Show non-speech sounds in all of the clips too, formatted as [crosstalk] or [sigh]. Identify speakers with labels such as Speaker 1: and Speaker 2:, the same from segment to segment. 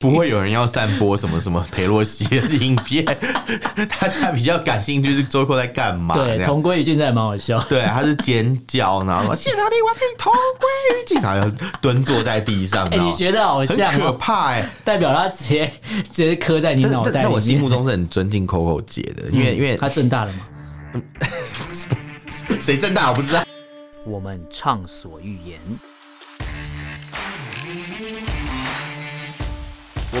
Speaker 1: 不会有人要散播什么什么裴洛西的影
Speaker 2: [laughs]
Speaker 1: 片，大家比较感兴趣是周扣在干嘛？这
Speaker 2: 对，
Speaker 1: 样
Speaker 2: 同归于尽，这还蛮
Speaker 1: [laughs]
Speaker 2: 好笑。
Speaker 1: 对，他是尖叫，然后说
Speaker 2: [laughs]
Speaker 1: 现场另外可以同归于尽，然后蹲坐在地上，
Speaker 2: 哎、
Speaker 1: 然
Speaker 2: 你
Speaker 1: 后
Speaker 2: 学的好
Speaker 1: 很
Speaker 2: 像、
Speaker 1: 可
Speaker 2: 哦，
Speaker 1: 怕哎、
Speaker 2: 代表他直接直接刻在你
Speaker 1: 但
Speaker 2: 脑
Speaker 1: 但
Speaker 2: 袋
Speaker 1: 但我
Speaker 2: 里
Speaker 1: 心目
Speaker 2: 面。嗯
Speaker 1: 中是很尊敬 Coco 姐的，因为因为
Speaker 2: 他正大了嘛，
Speaker 1: [laughs] 谁正大我不知道。
Speaker 2: 我们畅所欲言；我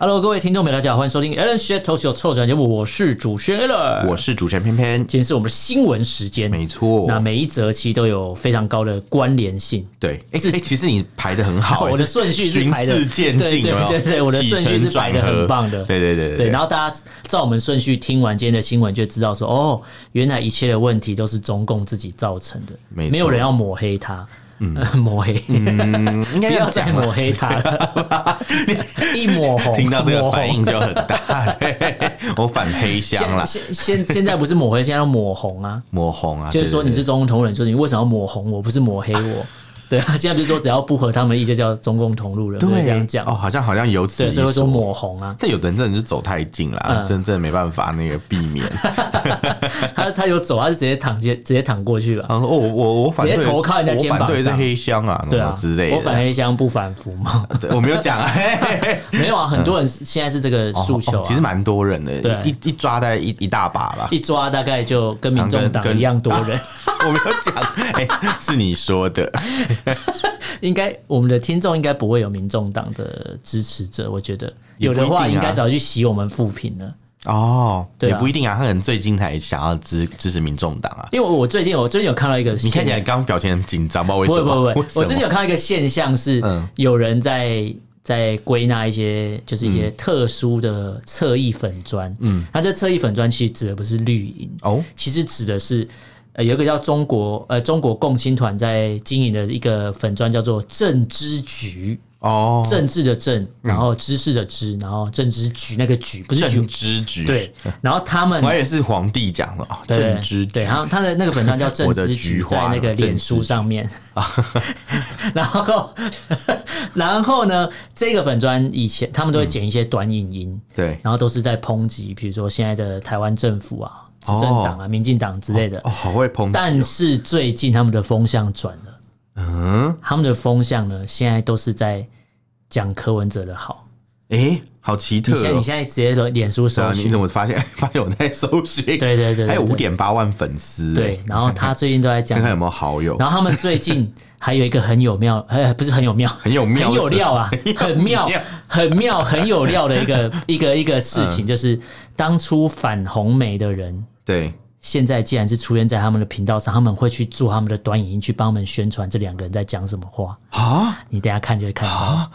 Speaker 2: Hello，各位听众朋友，大家好，欢迎收听 Alan s h a t o Show 臭转节目，我是主持人 Alan，
Speaker 1: 我是主持人偏偏，
Speaker 2: 今天是我们的新闻时间，
Speaker 1: 没错。
Speaker 2: 那每一则其实都有非常高的关联性。
Speaker 1: 对，哎、
Speaker 2: 是
Speaker 1: 哎其实你排的很好、哎
Speaker 2: [laughs] 我的顺序是排的
Speaker 1: 循次渐进，
Speaker 2: 对对
Speaker 1: 有没有
Speaker 2: 对对对我的顺序是排得很棒的
Speaker 1: 起承转合对对对对
Speaker 2: 对，然后大家照我们顺序听完今天的新闻，就知道说，哦，原来一切的问题都是中共自己造成的，
Speaker 1: 没错
Speaker 2: 没有人要抹黑他，呃 [laughs] 抹黑，
Speaker 1: 嗯，应该
Speaker 2: 不要
Speaker 1: 要
Speaker 2: 再
Speaker 1: 讲了
Speaker 2: 抹。黑
Speaker 1: [laughs]
Speaker 2: 他 [laughs] 了，一抹红，
Speaker 1: 听到这个
Speaker 2: 哦抹
Speaker 1: 反
Speaker 2: 红
Speaker 1: 应就很大，
Speaker 2: [laughs]
Speaker 1: 对，我反黑箱啦，
Speaker 2: 现现现现在不是抹黑，现在要抹红啊。
Speaker 1: 抹红啊，
Speaker 2: 就是
Speaker 1: 对
Speaker 2: 说你是，中共同人，就是你为什么要抹红我，不是抹黑
Speaker 1: [laughs]
Speaker 2: 我？对啊，现在不是说只要不合他们意就叫中共同路人，
Speaker 1: 对
Speaker 2: 不
Speaker 1: 对
Speaker 2: 是这样
Speaker 1: 哦，
Speaker 2: 讲。
Speaker 1: 好像好像有此
Speaker 2: 对，
Speaker 1: 一
Speaker 2: 所以会说抹红啊，
Speaker 1: 但有的人真的是走太近了
Speaker 2: 嗯，
Speaker 1: 真正没办法那个避
Speaker 2: [laughs]
Speaker 1: 免。
Speaker 2: 他他有走，他是直接躺接直接躺过去吧？
Speaker 1: 然后哦，我我我反对
Speaker 2: 直
Speaker 1: 的
Speaker 2: 接
Speaker 1: 是，
Speaker 2: 头靠人家肩膀
Speaker 1: 我反对是
Speaker 2: 上
Speaker 1: 黑箱啊，
Speaker 2: 对
Speaker 1: 什
Speaker 2: 啊
Speaker 1: 么之类的。
Speaker 2: 我反黑箱不反服
Speaker 1: [laughs]
Speaker 2: 嘛，
Speaker 1: 对我没有
Speaker 2: [laughs]
Speaker 1: 讲啊，嘿嘿嘿
Speaker 2: 没有啊，很多人是现在是这个诉求
Speaker 1: 嗯哦
Speaker 2: 啊
Speaker 1: 哦，其实蛮多人的，
Speaker 2: 对
Speaker 1: 一一一抓大概一一大把
Speaker 2: [laughs]
Speaker 1: 吧。
Speaker 2: 一抓大概就跟民众
Speaker 1: 跟
Speaker 2: 党
Speaker 1: 跟
Speaker 2: 一样多人，
Speaker 1: 我没有讲，哎、是你说的，
Speaker 2: [laughs] 应该我们的听众应该不会有民众党的支持者，我觉得
Speaker 1: 也
Speaker 2: 有
Speaker 1: 不
Speaker 2: 的
Speaker 1: 一定
Speaker 2: 话
Speaker 1: 啊
Speaker 2: 应该早就去洗我们复评了。
Speaker 1: 哦，
Speaker 2: 对啊
Speaker 1: 也不一定啊，他可能最近才想要支支持民众党啊。
Speaker 2: 因为我我最近我最近有看到一
Speaker 1: [laughs]
Speaker 2: 个
Speaker 1: 你
Speaker 2: 新闻，
Speaker 1: 看起来刚刚表情很紧张，不知道为
Speaker 2: 不会
Speaker 1: 什
Speaker 2: 不
Speaker 1: 么。
Speaker 2: 会不
Speaker 1: [laughs]
Speaker 2: 会
Speaker 1: 为，什
Speaker 2: 我
Speaker 1: 么
Speaker 2: 最近有看到一个现象是
Speaker 1: 嗯，
Speaker 2: 有人在在归纳一些就是一
Speaker 1: 嗯
Speaker 2: 些特殊的侧翼粉砖，嗯，那这侧翼粉砖其实指的不是绿营，
Speaker 1: 哦，
Speaker 2: 其实指的是。呃，有一个叫中国呃中国共青团在经营的一个粉砖叫做政知局，
Speaker 1: 哦，
Speaker 2: 政治的政，然后知识的知，然后政治局那个局不是
Speaker 1: 政
Speaker 2: 局，
Speaker 1: 治局，
Speaker 2: 对，然后他们
Speaker 1: 我还以为是皇帝讲了，哦
Speaker 2: 对
Speaker 1: 政治局，
Speaker 2: 对，然后他的那个
Speaker 1: [laughs]
Speaker 2: 粉钻叫郑
Speaker 1: 我的
Speaker 2: 之
Speaker 1: 菊
Speaker 2: 菊，
Speaker 1: 花
Speaker 2: 在那个脸书上面。 [laughs] 然后，然后呢，这个粉砖以前他们都会剪一些短影音，
Speaker 1: 对，
Speaker 2: 然后都是在抨击，比如说现在的台湾政府啊、执政党啊、民进党之类的。
Speaker 1: 哦，好会抨击哦、
Speaker 2: 但是最近他们的风向转了，
Speaker 1: 嗯，
Speaker 2: 他们的风向呢，现在都是在讲柯文哲的好。
Speaker 1: 诶，好奇
Speaker 2: 你
Speaker 1: 特、
Speaker 2: 现在你
Speaker 1: 哦。
Speaker 2: 现在直接脸书
Speaker 1: 对
Speaker 2: 搜
Speaker 1: 啊，你
Speaker 2: 寻
Speaker 1: 怎，么发现？ [laughs] 发现我在搜寻，对
Speaker 2: 对对对对
Speaker 1: 还有
Speaker 2: 对
Speaker 1: 五点八万粉丝，
Speaker 2: 对，，然后他最近都在讲
Speaker 1: 看看有没有好友，
Speaker 2: 然后他们最近 [laughs] 还有一个很有妙， [laughs] 呃，不是很有妙，
Speaker 1: 很有妙
Speaker 2: 很有
Speaker 1: [laughs]
Speaker 2: 料啊，很妙
Speaker 1: 妙，
Speaker 2: 很妙，很有料的一个 [laughs] 一个一个事
Speaker 1: 嗯
Speaker 2: 情，就是当初反红梅的人，
Speaker 1: 对，
Speaker 2: 现在既然是出现在他们的频道上，他们会去做他们的短影音，去帮我们宣传这两个人在讲什么话。
Speaker 1: 啊，
Speaker 2: 你等一下看就会
Speaker 1: [laughs]
Speaker 2: 看到，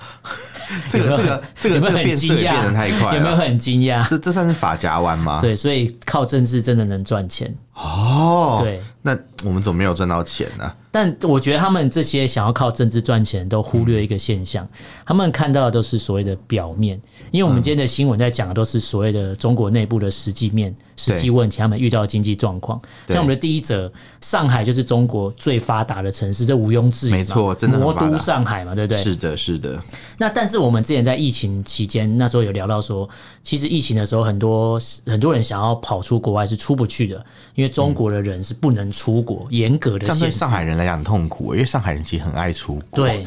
Speaker 1: 这
Speaker 2: 有
Speaker 1: 个
Speaker 2: 没有
Speaker 1: 这个这个
Speaker 2: 有没
Speaker 1: 这个
Speaker 2: 有很
Speaker 1: 变
Speaker 2: 惊
Speaker 1: 色也变得
Speaker 2: 讶？
Speaker 1: 太快了，
Speaker 2: 有没有很惊讶？
Speaker 1: 这这算是啊法夹弯吗？
Speaker 2: 对，所以靠政治真的能赚钱。
Speaker 1: 哦，
Speaker 2: 对，
Speaker 1: 那我们怎么没有赚到钱呢、
Speaker 2: 但我觉得他们这些想要靠政治赚钱，都忽略一个现象，他们看到的都是所谓的表面。因为我们今天的新闻在讲的都是所谓的中国内部的实际面、实际问题，他们遇到的经济状况。
Speaker 1: 对
Speaker 2: 像我们的第一则，上海就是中国最发达的城市，这毋庸置疑嘛，
Speaker 1: 没错真的很
Speaker 2: 魔
Speaker 1: 发达
Speaker 2: 都上海嘛，对不对？
Speaker 1: 是的，是的，
Speaker 2: 那但是我们之前在疫情期间，那时候有聊到说，其实疫情的时候，很多很多人想要跑出国外是出不去的，因为中国的人是不能出国，严格的
Speaker 1: 这样对
Speaker 2: 限制
Speaker 1: 上。海人来讲很痛苦，因为上海人其实很爱出国，
Speaker 2: 对，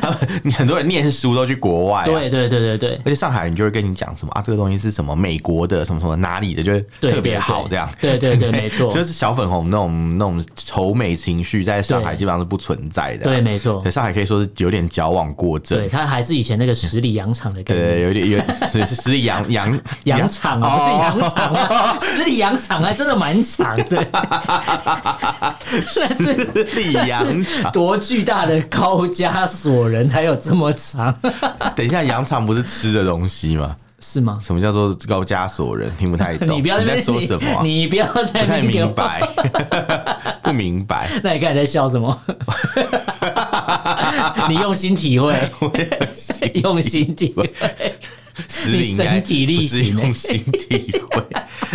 Speaker 1: 他们很多人念书都去国外、啊，
Speaker 2: 对对对对对，
Speaker 1: 而且上海人就会跟你讲什么啊，这个东西是什么美国的什么什么哪里的，就是
Speaker 2: 对
Speaker 1: 特别
Speaker 2: 对
Speaker 1: 好
Speaker 2: 对
Speaker 1: 这样。
Speaker 2: 对对对，没错，
Speaker 1: 就是小粉红那种那种仇美情绪，在上海
Speaker 2: 对
Speaker 1: 基本上是不存在的啊、
Speaker 2: 对，没错
Speaker 1: 对，，上海可以说是有点矫枉过正
Speaker 2: 对，。他还是以前那个十里洋场的概念。
Speaker 1: 对，有点有点是是是洋洋
Speaker 2: 洋场啊，不是
Speaker 1: 哦
Speaker 2: 洋
Speaker 1: [laughs]
Speaker 2: 场啊，十里洋场还真的蛮长的， [laughs] 那是
Speaker 1: 是洋场。
Speaker 2: 多巨大的高加索人才有这么长。
Speaker 1: 等一下，洋场不是吃的东西吗？
Speaker 2: 是吗？
Speaker 1: 什么叫做高加索人？听不太懂，
Speaker 2: [laughs] 你不要在
Speaker 1: 你
Speaker 2: 那
Speaker 1: 在
Speaker 2: 边
Speaker 1: 说什么啊、
Speaker 2: 你你不要在
Speaker 1: 不
Speaker 2: 那
Speaker 1: 太
Speaker 2: 边给我
Speaker 1: 明。白，不明白。
Speaker 2: [laughs] 那你刚才在笑什么？ [laughs] 你用心体
Speaker 1: [laughs]
Speaker 2: 会， [laughs] 用心体会。
Speaker 1: 实力应该
Speaker 2: 你身体力
Speaker 1: 不是
Speaker 2: 行欸
Speaker 1: 用心体
Speaker 2: [laughs]
Speaker 1: 会。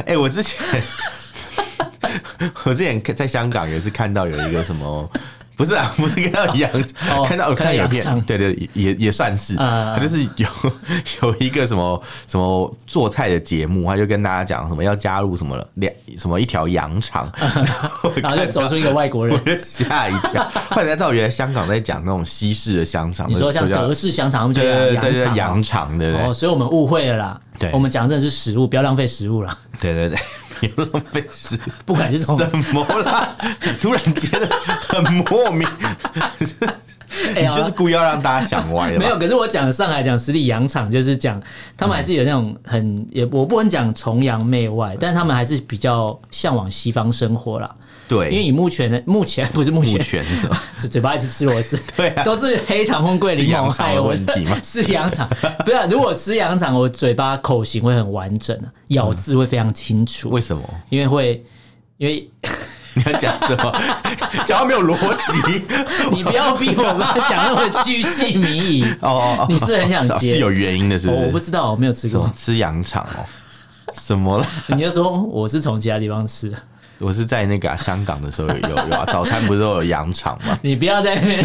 Speaker 1: 哎、我之前 [laughs] 我之前在香港也是看到有一个什么。不是啊，不是看到羊，
Speaker 2: 哦
Speaker 1: 看到我看到
Speaker 2: 看到
Speaker 1: 有
Speaker 2: 羊
Speaker 1: 片，
Speaker 2: 肠
Speaker 1: 对对，也也算是，
Speaker 2: 呃
Speaker 1: 他就是有 [laughs] 有一个什么什么做菜的节目，他就跟大家讲什么要加入什么两什么一条羊肠，
Speaker 2: 嗯然后就走出一个外国
Speaker 1: 我
Speaker 2: 人。
Speaker 1: 就吓一跳，后来才知道原来香港在讲那种西式的香肠，
Speaker 2: 你说像
Speaker 1: 就叫
Speaker 2: 德式香肠，他们就
Speaker 1: 对对对对
Speaker 2: 叫
Speaker 1: 对
Speaker 2: 羊肠啊
Speaker 1: 羊肠，对不对
Speaker 2: 哦，？所以我们误会了啦。
Speaker 1: 对
Speaker 2: 我们讲的真的是食物，不要浪费食物啦。
Speaker 1: 对对对，不要浪费食物。
Speaker 2: 不管是从
Speaker 1: 什么
Speaker 2: [laughs]
Speaker 1: 啦？突然觉得很莫名，
Speaker 2: 哎
Speaker 1: 你
Speaker 2: 呀
Speaker 1: 就是故意要让大家想歪的吧
Speaker 2: 没有，可是我讲上海讲十里洋场，就是讲他们还是有那种很、也我不能讲崇洋媚外，但他们还是比较向往西方生活啦。
Speaker 1: 对，
Speaker 2: 因为以目前的目前不是目
Speaker 1: 目
Speaker 2: 前，
Speaker 1: 前是什么？
Speaker 2: [laughs] 是嘴巴一直吃螺丝，
Speaker 1: [laughs] 对啊
Speaker 2: 都是黑糖烘桂
Speaker 1: 是
Speaker 2: 柠檬
Speaker 1: 羊肠
Speaker 2: 害
Speaker 1: 的
Speaker 2: 我
Speaker 1: 问题
Speaker 2: [laughs]
Speaker 1: 吗
Speaker 2: 吃羊肠，不是、啊，如果吃羊肠，我嘴巴口型会很完整啊，咬字会非常清楚，
Speaker 1: 为什么？
Speaker 2: 因为会因为
Speaker 1: 你要讲什么？讲到没有逻辑
Speaker 2: [laughs] 你不要逼我们讲那么巨细靡
Speaker 1: [laughs]
Speaker 2: 遗。
Speaker 1: 哦哦哦，
Speaker 2: 你是很想
Speaker 1: 是
Speaker 2: 接
Speaker 1: 是有原因的，是不
Speaker 2: 哦
Speaker 1: 是？
Speaker 2: 我不知道，我没有吃
Speaker 1: 什么
Speaker 2: 过。
Speaker 1: 吃羊肠哦？什么啦？
Speaker 2: 你就说哦我是从其他地方吃的，
Speaker 1: 我是在那个啊、香港的时候有有有啊，早餐不是都有羊肠吗？ [laughs]
Speaker 2: 你不要在那边。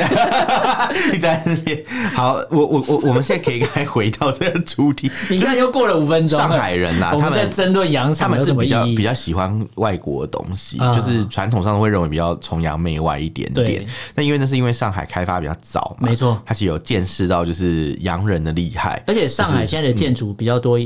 Speaker 1: 一直在那边。好，我我我我们现在可以该回到这个主题，
Speaker 2: [laughs] 你看又过了五分钟了，
Speaker 1: 上海人啊
Speaker 2: 我
Speaker 1: 他
Speaker 2: 们
Speaker 1: 们
Speaker 2: 在争论羊
Speaker 1: 他
Speaker 2: 肠
Speaker 1: 们
Speaker 2: 有
Speaker 1: 是
Speaker 2: 什么
Speaker 1: 比
Speaker 2: 意
Speaker 1: 较
Speaker 2: 义？
Speaker 1: 比较喜欢外国的东西，
Speaker 2: 嗯
Speaker 1: 就是传统上会认为比较崇洋媚外一点点
Speaker 2: 对。
Speaker 1: 那因为那是因为上海开发比较早嘛，
Speaker 2: 没错
Speaker 1: 它是有见识到就是洋人的厉害，
Speaker 2: 而且上海现在的建筑比较多，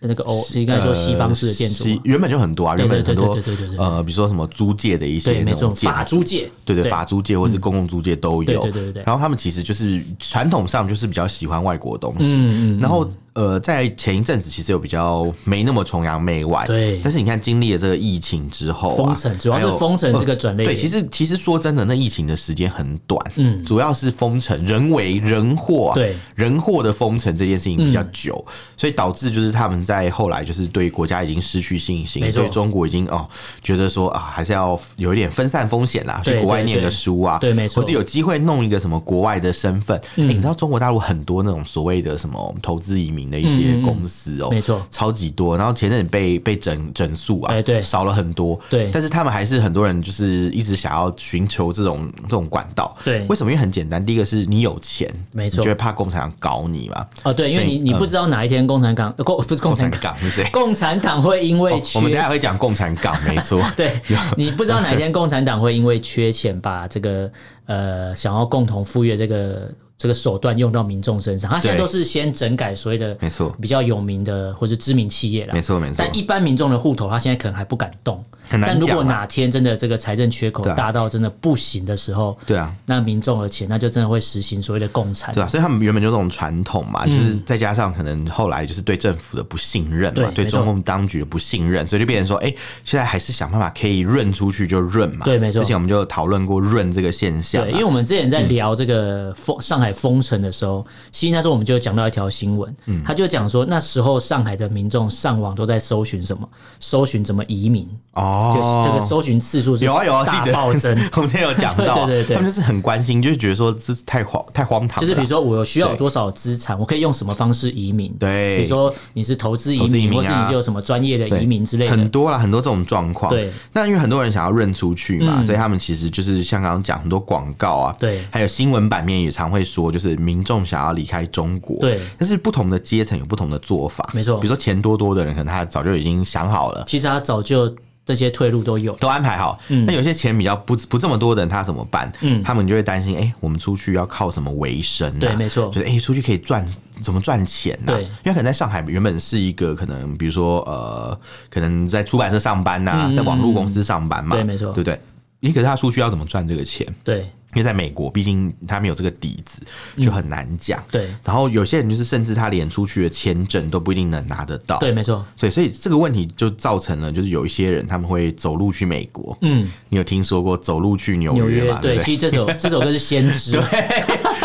Speaker 2: 那个欧应该说西方式的建筑
Speaker 1: 呃西
Speaker 2: 嘛，
Speaker 1: 原本就很多啊，
Speaker 2: 对
Speaker 1: 原
Speaker 2: 对
Speaker 1: 本很
Speaker 2: 对
Speaker 1: 多
Speaker 2: 对对对对对
Speaker 1: 呃，比如说什么租界的一些
Speaker 2: 对，没
Speaker 1: 那种
Speaker 2: 错，
Speaker 1: 建
Speaker 2: 法
Speaker 1: 筑
Speaker 2: 租界，
Speaker 1: 对对，法租界或是公共租界都有。
Speaker 2: 对对对对对
Speaker 1: 然后他们其实就是传统上就是比较喜欢外国的东西，
Speaker 2: 嗯嗯嗯
Speaker 1: 然后呃，在前一阵子其实有比较没那么崇洋媚外，
Speaker 2: 对
Speaker 1: 但是你看经历了这个疫情之后、啊，
Speaker 2: 封城主要是
Speaker 1: 还有哦
Speaker 2: 封城是个转捩
Speaker 1: 对，
Speaker 2: 点，
Speaker 1: 其实其实说真的，那疫情的时间很短，
Speaker 2: 嗯
Speaker 1: 主要是封城，人为人祸、啊，
Speaker 2: 对
Speaker 1: 人祸的封城这件事情比较久，所以导致就是他们在后来就是对国家已经失去信心，
Speaker 2: 没错
Speaker 1: 所以中国已经哦觉得说啊还是要有一点分散风险啦，
Speaker 2: 对
Speaker 1: 去国外
Speaker 2: 对
Speaker 1: 念个
Speaker 2: 对
Speaker 1: 书啊，
Speaker 2: 对没错嗯
Speaker 1: 或是有机会弄一个什么国外的身份，诶你知道中国大陆很多那种所谓的什么嗯投资移民的一些
Speaker 2: 嗯嗯嗯
Speaker 1: 公司哦，
Speaker 2: 没错
Speaker 1: 超级多，然后前阵子被被整整肃啊，
Speaker 2: 哎对
Speaker 1: 少了很多，
Speaker 2: 对
Speaker 1: 但是他们还是很多人就是一直想要寻求这种这种管道，
Speaker 2: 对
Speaker 1: 为什么？因为很简单，第一个是你有钱，
Speaker 2: 没错
Speaker 1: 你就会怕共产党搞你
Speaker 2: [laughs]
Speaker 1: 嘛，
Speaker 2: 哦对，因为
Speaker 1: 所以嗯
Speaker 2: 你你不知道哪一天共产党呃共不是共
Speaker 1: 共产
Speaker 2: 产党，
Speaker 1: 党是
Speaker 2: [laughs]
Speaker 1: 谁？
Speaker 2: 共产党会因为
Speaker 1: 哦
Speaker 2: 缺
Speaker 1: 我们等一下会讲共产
Speaker 2: [laughs]
Speaker 1: 党，没错，
Speaker 2: 对，你不知道哪一天共产党会因为缺钱，把这个呃想要共同富裕的这个这个手段用到民众身上。他现在
Speaker 1: 对
Speaker 2: 都是先整改所谓的
Speaker 1: 没错
Speaker 2: 比较有名的或是知名企业啦，
Speaker 1: 没错没错
Speaker 2: 但一般民众的户头，他现在可能还不敢动。
Speaker 1: 很难
Speaker 2: 但如
Speaker 1: 讲
Speaker 2: 果
Speaker 1: 啦
Speaker 2: 哪天真的这个财政缺口
Speaker 1: 对啊
Speaker 2: 大到真的不行的时候，
Speaker 1: 对啊。
Speaker 2: 那民众的钱，那就真的会实行所谓的共产。
Speaker 1: 对啊，所以他们原本就这种传统
Speaker 2: 嗯
Speaker 1: 嘛，就是再加上可能后来就是对政府的不信任嘛，
Speaker 2: 对
Speaker 1: 对
Speaker 2: 没
Speaker 1: 中
Speaker 2: 错
Speaker 1: 共当局的不信任，所以就变成说，哎、现在还是想办法可以润出去就润嘛。
Speaker 2: 对没错
Speaker 1: 之前我们就讨论过润这个现象
Speaker 2: 对，
Speaker 1: 嘛，
Speaker 2: 因为我们之前在聊这
Speaker 1: 嗯
Speaker 2: 个封、上海封城的时候，其实那时候我们就有讲到一条新闻，
Speaker 1: 嗯
Speaker 2: 他就讲说那时候上海的民众上网都在搜寻什么，搜寻怎么移民，
Speaker 1: 哦，
Speaker 2: 就是这个搜寻次数是
Speaker 1: 有啊有啊，
Speaker 2: 大
Speaker 1: 记得
Speaker 2: 暴增。
Speaker 1: [laughs] 我们之前有讲到啊，
Speaker 2: [laughs] 对对对对
Speaker 1: 他们就是很关心，就是觉得说这是太荒太荒唐了啦，
Speaker 2: 就是比如说，我有需要
Speaker 1: [laughs]
Speaker 2: 有
Speaker 1: 对
Speaker 2: 多少资产，我可以用什么方式移民？
Speaker 1: 对
Speaker 2: 比如说你是投资移
Speaker 1: 投资移
Speaker 2: 民，
Speaker 1: 民
Speaker 2: 或
Speaker 1: 啊
Speaker 2: 是你就有什么专业的
Speaker 1: 对
Speaker 2: 移民之类
Speaker 1: 很
Speaker 2: 的。
Speaker 1: 多啦，很多这种状况。
Speaker 2: 对，嗯
Speaker 1: 那因为很多人想要润出去嘛，所以他们其实就是像刚刚讲很多广告啊，
Speaker 2: 对
Speaker 1: 还有新闻版面也常会说，就是民众想要离开中国，
Speaker 2: 对
Speaker 1: 但是不同的阶层有不同的做法，
Speaker 2: 没错
Speaker 1: 比如说钱多多的人，可能他早就已经想好了。
Speaker 2: 其实他早就这些退路都有。
Speaker 1: 都安排好，
Speaker 2: 嗯
Speaker 1: 那有些钱比较不不这么多的人，他怎么办？他们就会担心，哎、我们出去要靠什么为生、啊？
Speaker 2: 对没错
Speaker 1: 就是哎、诶出去可以赚怎么赚钱呢、
Speaker 2: 对
Speaker 1: 因为可能在上海原本是一个可能，比如说呃，可能在出版社上班呐、啊在网络公司上班嘛，
Speaker 2: 嗯对没错
Speaker 1: 对不对？诶，可是他出去要怎么赚这个钱？
Speaker 2: 对
Speaker 1: 因为在美国，毕竟他没有这个底子，
Speaker 2: 嗯
Speaker 1: 就很难讲、
Speaker 2: 对
Speaker 1: 然后有些人就是，甚至他连出去的签证都不一定能拿得到。
Speaker 2: 对，没错。
Speaker 1: 所以，所以这个问题就造成了，就是有一些人他们会走路去美国。
Speaker 2: 嗯，
Speaker 1: 你有听说过走路去纽
Speaker 2: 纽
Speaker 1: 约
Speaker 2: 约
Speaker 1: 嘛？对 [laughs]
Speaker 2: 对，
Speaker 1: 不
Speaker 2: 其
Speaker 1: 对？
Speaker 2: 实这首这首歌是先知，啊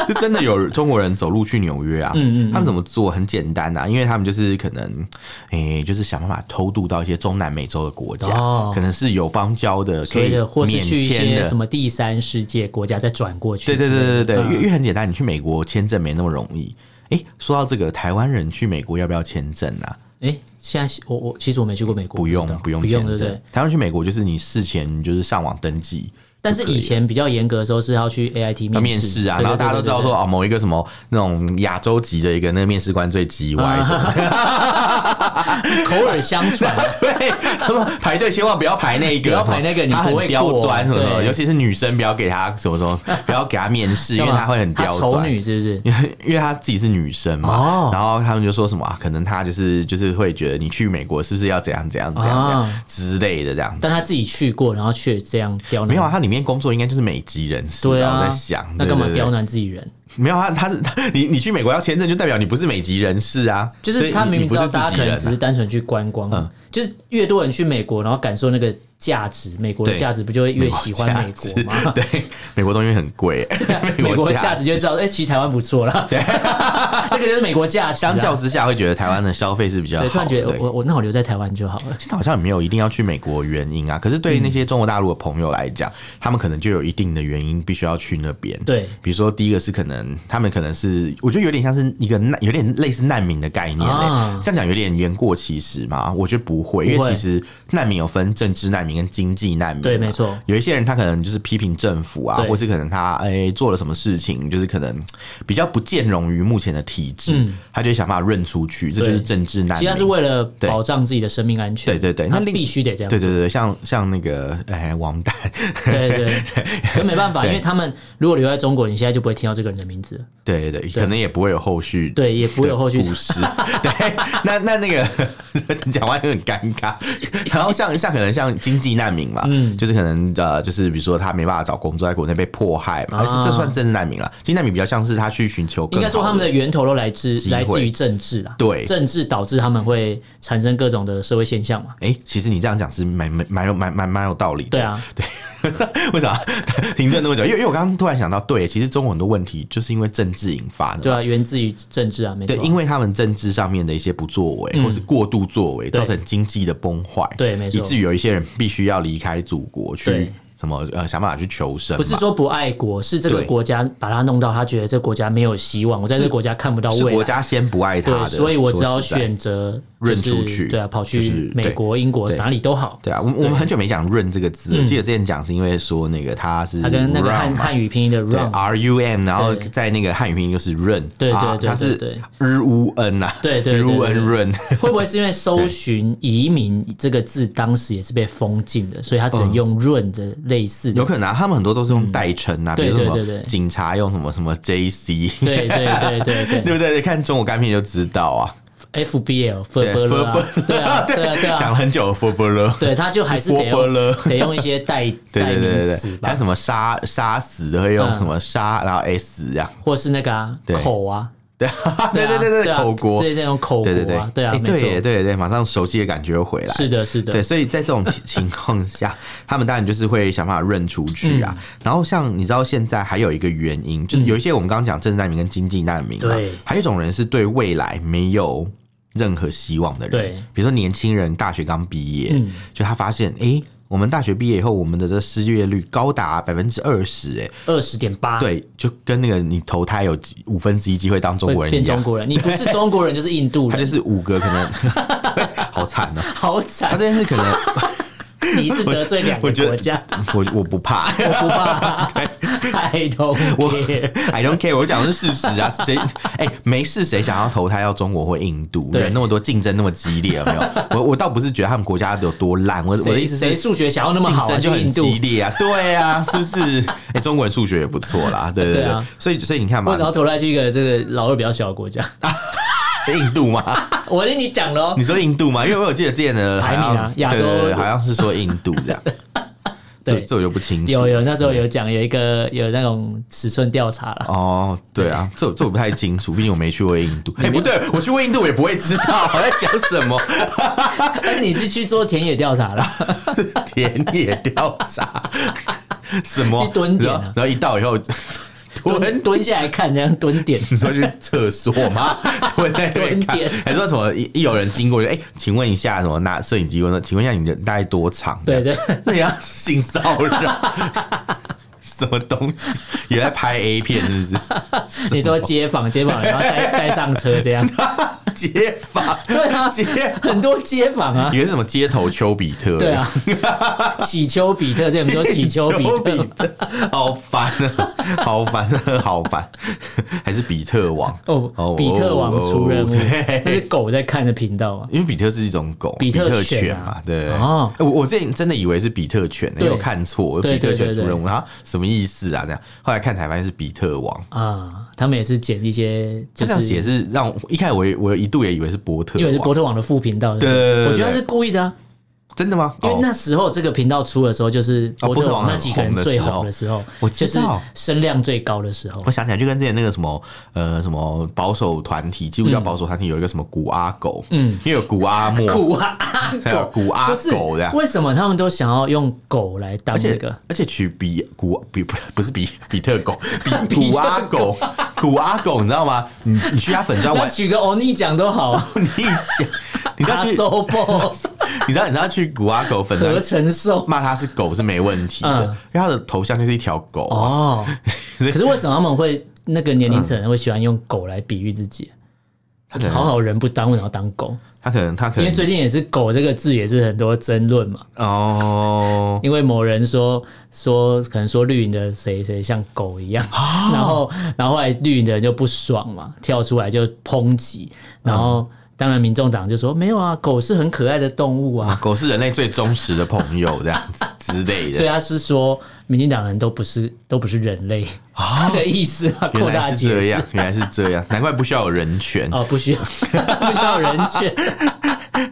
Speaker 1: 是真的有中国人走路去纽约啊。
Speaker 2: 嗯嗯嗯
Speaker 1: 他们怎么做？很简单啊，因为他们就是可能，诶、就是想办法偷渡到一些中南美洲的国家，
Speaker 2: 哦
Speaker 1: 可能是友邦交的，可
Speaker 2: 所以
Speaker 1: 以
Speaker 2: 的或是
Speaker 1: 免
Speaker 2: 去一
Speaker 1: 签
Speaker 2: 些
Speaker 1: 的
Speaker 2: 什。么第三世界国家再转过去之
Speaker 1: 对
Speaker 2: 类的。
Speaker 1: 对对对对，因为因
Speaker 2: 嗯
Speaker 1: 为很简单，你去美国签证没那么容易。诶、说到这个，台湾人去美国要不要签证啊？
Speaker 2: 哎，现在我我其实我没去过美国，
Speaker 1: 不用
Speaker 2: 知道，
Speaker 1: 不用
Speaker 2: 不用，
Speaker 1: 签
Speaker 2: 对不
Speaker 1: 证
Speaker 2: 对？。
Speaker 1: 台湾去美国就是你事前就是上网登记，
Speaker 2: 但是以前比较严格的时候是要去 AIT
Speaker 1: 要
Speaker 2: 面
Speaker 1: 面试啊，
Speaker 2: 对对
Speaker 1: 然后大家都
Speaker 2: 对对
Speaker 1: 知道
Speaker 2: 对
Speaker 1: 说哦，某一个什么那种亚洲籍的一个那个面试官最叽歪
Speaker 2: [laughs]
Speaker 1: 什么，
Speaker 2: 口耳相
Speaker 1: [laughs]
Speaker 2: 传，
Speaker 1: 对，他说排队千万不要排那个，
Speaker 2: 不要排那个
Speaker 1: 什么他
Speaker 2: 你不
Speaker 1: 很
Speaker 2: 会
Speaker 1: 刁
Speaker 2: 过
Speaker 1: 钻什么什么，
Speaker 2: 对
Speaker 1: 尤其是女生不要给他什么
Speaker 2: [laughs]
Speaker 1: 什么，不要给他面试，因为
Speaker 2: 干嘛
Speaker 1: 他会很
Speaker 2: 她
Speaker 1: 刁
Speaker 2: 丑
Speaker 1: 钻。
Speaker 2: 女是不是？
Speaker 1: 因为因为她自己是女生嘛，
Speaker 2: 哦
Speaker 1: 然后他们就说什么啊，可能她就是就是会觉得你去美国是不是要怎样怎样怎样怎样、
Speaker 2: 啊
Speaker 1: 之类的这样。
Speaker 2: 但她自己去过，然后却这样刁难。
Speaker 1: 没有啊，他里面工作应该就是美籍人士吧，
Speaker 2: 对啊，
Speaker 1: 我在想，
Speaker 2: 那
Speaker 1: 对
Speaker 2: 干嘛
Speaker 1: 对对
Speaker 2: 刁难自己人？
Speaker 1: 没有啊，他是他你你去美国要签证，就代表你不是美籍人士啊，
Speaker 2: 就是他
Speaker 1: 所以你
Speaker 2: 明
Speaker 1: 你
Speaker 2: 明
Speaker 1: 不
Speaker 2: 知道
Speaker 1: 是自
Speaker 2: 大家
Speaker 1: 己
Speaker 2: 可能
Speaker 1: 人啊
Speaker 2: 只是单纯去观光，
Speaker 1: 嗯
Speaker 2: 就是越多人去美国，然后感受那个价值，美国的
Speaker 1: 对
Speaker 2: 价值不就会越喜欢美国
Speaker 1: 啊 [laughs]
Speaker 2: 吗？
Speaker 1: 对，美国东西很
Speaker 2: [laughs]
Speaker 1: 贵、
Speaker 2: 美国
Speaker 1: 国
Speaker 2: 的价值就知道，哎、其实台湾不错啦。 [laughs] 这个就是美国价值、啊。
Speaker 1: 相较之下会觉得台湾的消费是比较好
Speaker 2: 对，
Speaker 1: 的。
Speaker 2: 突然觉得
Speaker 1: 对
Speaker 2: 我我那我留在台湾就好了。
Speaker 1: 现在好像也没有一定要去美国的原因啊，可是对于那些中国大陆的朋友来讲，他们可能就有一定的原因必须要去那边。
Speaker 2: 对
Speaker 1: 比如说第一个是可能他们可能是，我觉得有点像是一个难，有点类似难民的概念、欸。
Speaker 2: 啊
Speaker 1: 这样讲有点言过其实嘛，我觉得不会，因
Speaker 2: 不会
Speaker 1: 为其实难民有分政治难民跟经济难民嘛。
Speaker 2: 对没错
Speaker 1: 有一些人他可能就是批评政府啊，
Speaker 2: 对
Speaker 1: 或是可能他哎、做了什么事情，就是可能比较不见容于目前的体制，
Speaker 2: 嗯
Speaker 1: 他就会想办法润出去，这
Speaker 2: 对
Speaker 1: 就是政治难民。
Speaker 2: 其实他是为了
Speaker 1: 对
Speaker 2: 保障自己的生命安全。
Speaker 1: 对对对那
Speaker 2: 那
Speaker 1: 另
Speaker 2: 必须得这样
Speaker 1: 对对对，像像那个哎，王丹，
Speaker 2: 对对对， [laughs] 可没办法，
Speaker 1: 对
Speaker 2: 因为他们如果留在中国，你现在就不会听到这个人的名字了，
Speaker 1: 对对对，可能也不会有后续，
Speaker 2: 对也不会有后续
Speaker 1: 故
Speaker 2: [laughs]
Speaker 1: 事。对，那那那个讲完就很尴尬。然后像像可能像经济难民嘛，
Speaker 2: 嗯
Speaker 1: 就是可能呃，就是比如说他没办法找工作，在国内被迫害嘛，而
Speaker 2: 啊
Speaker 1: 且这算政治难民了。经济难民比较像是他去寻求更
Speaker 2: 应
Speaker 1: 好，
Speaker 2: 该说他们的源头都来自
Speaker 1: 机会
Speaker 2: 来自于政治啦，
Speaker 1: 对
Speaker 2: 政治导致他们会产生各种的社会现象嘛，
Speaker 1: 哎、其实你这样讲是蛮蛮蛮有蛮蛮蛮有道理的。
Speaker 2: 对啊，
Speaker 1: [laughs] 为啥停顿那么久？因为因为我刚刚突然想到，对，其实中国很多问题就是因为政治引发的嘛。
Speaker 2: 对啊，源自于政治啊，没错
Speaker 1: 对，
Speaker 2: 啊，
Speaker 1: 因为他们政治上面的一些不作为，或是过度作为，
Speaker 2: 嗯对
Speaker 1: 造成经济的崩坏，
Speaker 2: 对没错
Speaker 1: 以至于有一些人必须要离开祖国
Speaker 2: 对
Speaker 1: 去什么呃想办法去求生嘛，
Speaker 2: 不是说不爱国，是这个
Speaker 1: 对
Speaker 2: 国家把他弄到他觉得这个国家没有希望，我在这个国家看不到
Speaker 1: 是
Speaker 2: 未
Speaker 1: 国
Speaker 2: 来。
Speaker 1: 家先不爱他
Speaker 2: 对，
Speaker 1: 的，
Speaker 2: 所以我只好
Speaker 1: 说实在。
Speaker 2: 选择
Speaker 1: 润
Speaker 2: 就是
Speaker 1: 出去
Speaker 2: 对啊，跑
Speaker 1: 就
Speaker 2: 去
Speaker 1: 是
Speaker 2: 美国、英国
Speaker 1: 对
Speaker 2: 哪里都好。
Speaker 1: 对啊，我们我们很久没讲“润”这个字了，
Speaker 2: 嗯
Speaker 1: 记得之前讲是因为说那个他是
Speaker 2: 他跟那个
Speaker 1: run
Speaker 2: 汉
Speaker 1: 嘛
Speaker 2: 汉语拼音的
Speaker 1: 对啊
Speaker 2: run，
Speaker 1: R U M，然后
Speaker 2: 对
Speaker 1: 在那个汉语拼音就是“润”，
Speaker 2: 对对
Speaker 1: 啊
Speaker 2: 对
Speaker 1: 它
Speaker 2: 对
Speaker 1: 是
Speaker 2: 对
Speaker 1: r u n 呐，
Speaker 2: 对对对
Speaker 1: r
Speaker 2: 对
Speaker 1: u n
Speaker 2: 对
Speaker 1: run，
Speaker 2: 会不会是因为搜寻移民这个字当时也是被封禁的，所以他只能用润的类似的
Speaker 1: 有？可能啊，他们很多都是用代称啊，比
Speaker 2: 嗯对
Speaker 1: 如说什
Speaker 2: 对对
Speaker 1: 么
Speaker 2: 对
Speaker 1: 警察用什么什么 J C，
Speaker 2: [laughs] 对对对对
Speaker 1: [laughs] 对不对？看中国干片就知道啊，
Speaker 2: 对，FBL
Speaker 1: 对
Speaker 2: FBL 啊，对
Speaker 1: [laughs]
Speaker 2: 啊对啊对
Speaker 1: 讲了
Speaker 2: 啊，
Speaker 1: 很久的 f o r b l e
Speaker 2: 对他就还是得
Speaker 1: 是波波勒
Speaker 2: 用得用一些代
Speaker 1: 对
Speaker 2: 代
Speaker 1: 对对啊
Speaker 2: 名
Speaker 1: 对
Speaker 2: 词
Speaker 1: 对，还有
Speaker 2: 吧
Speaker 1: 什，么杀杀死的会用什么杀，然后 S 这样， [laughs]
Speaker 2: 或是那个啊
Speaker 1: 对
Speaker 2: 口啊，
Speaker 1: 对对
Speaker 2: 啊
Speaker 1: 对对
Speaker 2: [laughs] 对
Speaker 1: 对，
Speaker 2: 啊
Speaker 1: 口国
Speaker 2: 这，是这种口
Speaker 1: 对对
Speaker 2: 国
Speaker 1: 对
Speaker 2: 啊，，对啊，
Speaker 1: 哎
Speaker 2: 没错
Speaker 1: 对，耶对对，马上熟悉的感觉又回来，
Speaker 2: 是的，是的
Speaker 1: 对，，所以在这种情情况下， [laughs] 他们当然就是会想办法润出去
Speaker 2: 嗯
Speaker 1: 啊。然后像你知道，现在还有一个原因，就是有一些我们刚刚讲政治难民跟经济难民嘛，
Speaker 2: 对
Speaker 1: 还有一种人是对未来没有任何希望的人，
Speaker 2: 对，
Speaker 1: 比如说年轻人大学刚毕业，
Speaker 2: 嗯
Speaker 1: 就他发现，诶，我们大学毕业以后，我们的这失业率高达百分之二十，哎、
Speaker 2: 二十点八，
Speaker 1: 对，就跟那个你投胎有几五分之一机会当中国
Speaker 2: 会
Speaker 1: 人
Speaker 2: 变
Speaker 1: 一样
Speaker 2: 中，国人，你不是中国人就是印度
Speaker 1: 他就 [laughs]
Speaker 2: 人，
Speaker 1: 是五个可能，对，好惨哦、
Speaker 2: 好
Speaker 1: 他
Speaker 2: 惨，
Speaker 1: 这件事可能。 [laughs]
Speaker 2: 你是得罪两个
Speaker 1: 我觉得
Speaker 2: 国家，
Speaker 1: 我我不怕
Speaker 2: [laughs] 我不怕 [laughs] ，I don't care。
Speaker 1: ，I don't care，我讲的是事实啊。谁哎、没事，谁想要投胎到中国或印度？
Speaker 2: 对
Speaker 1: 人那么多，竞争那么激烈，有没有？我我倒不是觉得他们国家有多烂，我我的
Speaker 2: 谁
Speaker 1: 意思
Speaker 2: 谁
Speaker 1: 是。
Speaker 2: 数学想要那么
Speaker 1: 竞
Speaker 2: 好啊？
Speaker 1: 争
Speaker 2: 去
Speaker 1: 就很
Speaker 2: 印度，
Speaker 1: 激烈啊，对啊，是不是？哎、中国人数学也不错啦，对对对，
Speaker 2: 对啊
Speaker 1: 所以所以你看嘛
Speaker 2: 我只，要投胎去一个这个老二比较小的国家。 [laughs]
Speaker 1: 印度嘛，
Speaker 2: 我跟你讲哦喽
Speaker 1: 你，说印度嘛，因为我有记得之前的
Speaker 2: 排名啊
Speaker 1: 好像
Speaker 2: 亚洲
Speaker 1: 对对对好像是说印度这样，这
Speaker 2: [laughs] 对
Speaker 1: 这我就不清楚。
Speaker 2: 有有那时候有讲有一个有那种尺寸调查
Speaker 1: [laughs]
Speaker 2: 啦。
Speaker 1: 哦，对啊，这我这我不太清楚，毕竟我没去过印度。哎、不对，我去过印度我也不会知道我在讲什么
Speaker 2: 哎，你是去做田野调查啦？
Speaker 1: [laughs] 田野调查，什么
Speaker 2: [laughs] 去蹲点啊
Speaker 1: 然后
Speaker 2: 啊 [laughs]
Speaker 1: 然后一到以后。蹲
Speaker 2: 蹲蹲下来看，这样蹲点。
Speaker 1: 你说去厕所
Speaker 2: [laughs]
Speaker 1: 吗？蹲在那边看
Speaker 2: 蹲点，
Speaker 1: 还说什么一一有人经过就哎、请问一下什么拿摄影机问说，请问一下你的大概多长？
Speaker 2: 对对，
Speaker 1: 那你要性骚
Speaker 2: [laughs]
Speaker 1: 扰。什么东西？也在拍 A 片是
Speaker 2: [laughs] 你说街坊街坊，然后再再上车这
Speaker 1: [laughs]
Speaker 2: 样
Speaker 1: 不，是？街坊
Speaker 2: 对啊，
Speaker 1: 街
Speaker 2: 很多街坊啊
Speaker 1: 以，为是什么街头丘比特？
Speaker 2: 对啊，乞丘比特，这我们说乞丘
Speaker 1: [laughs]
Speaker 2: 比
Speaker 1: 丘
Speaker 2: 特。
Speaker 1: 特，好烦啊，好烦啊，好烦， [laughs] 还是比特王
Speaker 2: 哦，比特王出任务，
Speaker 1: 哦对
Speaker 2: 那是狗在看的频道啊。
Speaker 1: 因为比特是一种狗，
Speaker 2: 比特
Speaker 1: 特
Speaker 2: 犬
Speaker 1: 犬
Speaker 2: 啊
Speaker 1: 嘛，对。
Speaker 2: 哦
Speaker 1: 哦，我我之前真的以为是比特犬，欸
Speaker 2: 对
Speaker 1: 有看错，
Speaker 2: 对
Speaker 1: 比特
Speaker 2: 对对
Speaker 1: 犬
Speaker 2: 对
Speaker 1: 出任务，然后什么意思啊？这样，后来看台发现是比特王，
Speaker 2: 啊，他们也是剪一些，
Speaker 1: 他
Speaker 2: 就
Speaker 1: 这样
Speaker 2: 是
Speaker 1: 写是让我一开始我也我一度也以为是伯特
Speaker 2: 因为是
Speaker 1: 王
Speaker 2: 波，特网的副频道，不
Speaker 1: 对对对对
Speaker 2: 我觉得他是故意的啊，
Speaker 1: 真的吗？
Speaker 2: 因为
Speaker 1: 哦
Speaker 2: 那时候这个频道出的时候，就是波特网那几个人最红的时候，
Speaker 1: 我
Speaker 2: 就
Speaker 1: 知
Speaker 2: 是
Speaker 1: 道
Speaker 2: 声量最高的时
Speaker 1: [laughs]
Speaker 2: 候
Speaker 1: 我。想起来，就跟之前那个什么呃什么保守团体，基督
Speaker 2: 嗯
Speaker 1: 教保守团体有一个什么古阿狗，嗯，因为有古阿莫，
Speaker 2: [laughs] 古阿阿
Speaker 1: 还有
Speaker 2: 狗，
Speaker 1: 古阿
Speaker 2: 不是
Speaker 1: 狗这样
Speaker 2: 为什么他们都想要用狗来当
Speaker 1: 而
Speaker 2: 哦那
Speaker 1: 且
Speaker 2: 个？
Speaker 1: 而且取比古比不不是比比特
Speaker 2: [laughs]
Speaker 1: 狗，比古阿狗，古阿狗，你知道吗？你你去他粉专
Speaker 2: 那 [laughs]
Speaker 1: 玩，
Speaker 2: 取个欧尼奖都好啊，
Speaker 1: 你讲，啊 [laughs] 你知道
Speaker 2: 阿
Speaker 1: 去，
Speaker 2: 寿
Speaker 1: [laughs]
Speaker 2: 婆
Speaker 1: 你知道你知道去古阿狗粉
Speaker 2: 合
Speaker 1: 专
Speaker 2: 成兽
Speaker 1: 骂他是狗是没问题的，
Speaker 2: 嗯
Speaker 1: 因为他的头像就是一条狗啊、
Speaker 2: 哦。
Speaker 1: 所以
Speaker 2: 可是为什么他们会那个年龄层会喜欢用狗来比喻自己？
Speaker 1: 他可能
Speaker 2: 好好人不当，为什么要当狗？
Speaker 1: 他可能他可
Speaker 2: 哦因
Speaker 1: 能
Speaker 2: 为最近也是“狗”这个字也是很多争论嘛。
Speaker 1: 哦，
Speaker 2: 因为某人说说可能说绿营的谁谁像狗一样，
Speaker 1: 啊
Speaker 2: 然后然后后来绿营的人就不爽嘛，跳出来就抨击，然后当然民众党就说没有啊，狗是很可爱的动物啊，
Speaker 1: 狗是人类最忠实的朋友这样子之
Speaker 2: [laughs]
Speaker 1: 类
Speaker 2: 所以
Speaker 1: 的。
Speaker 2: 他是说民进党人都不是都不是人类他 [laughs] 的意思啊，
Speaker 1: 哦原
Speaker 2: 扩大
Speaker 1: 来是
Speaker 2: 解
Speaker 1: 这
Speaker 2: 释
Speaker 1: 样，原来是这样，难怪不需要有人权。
Speaker 2: 哦，不需要不需要人权，
Speaker 1: [laughs]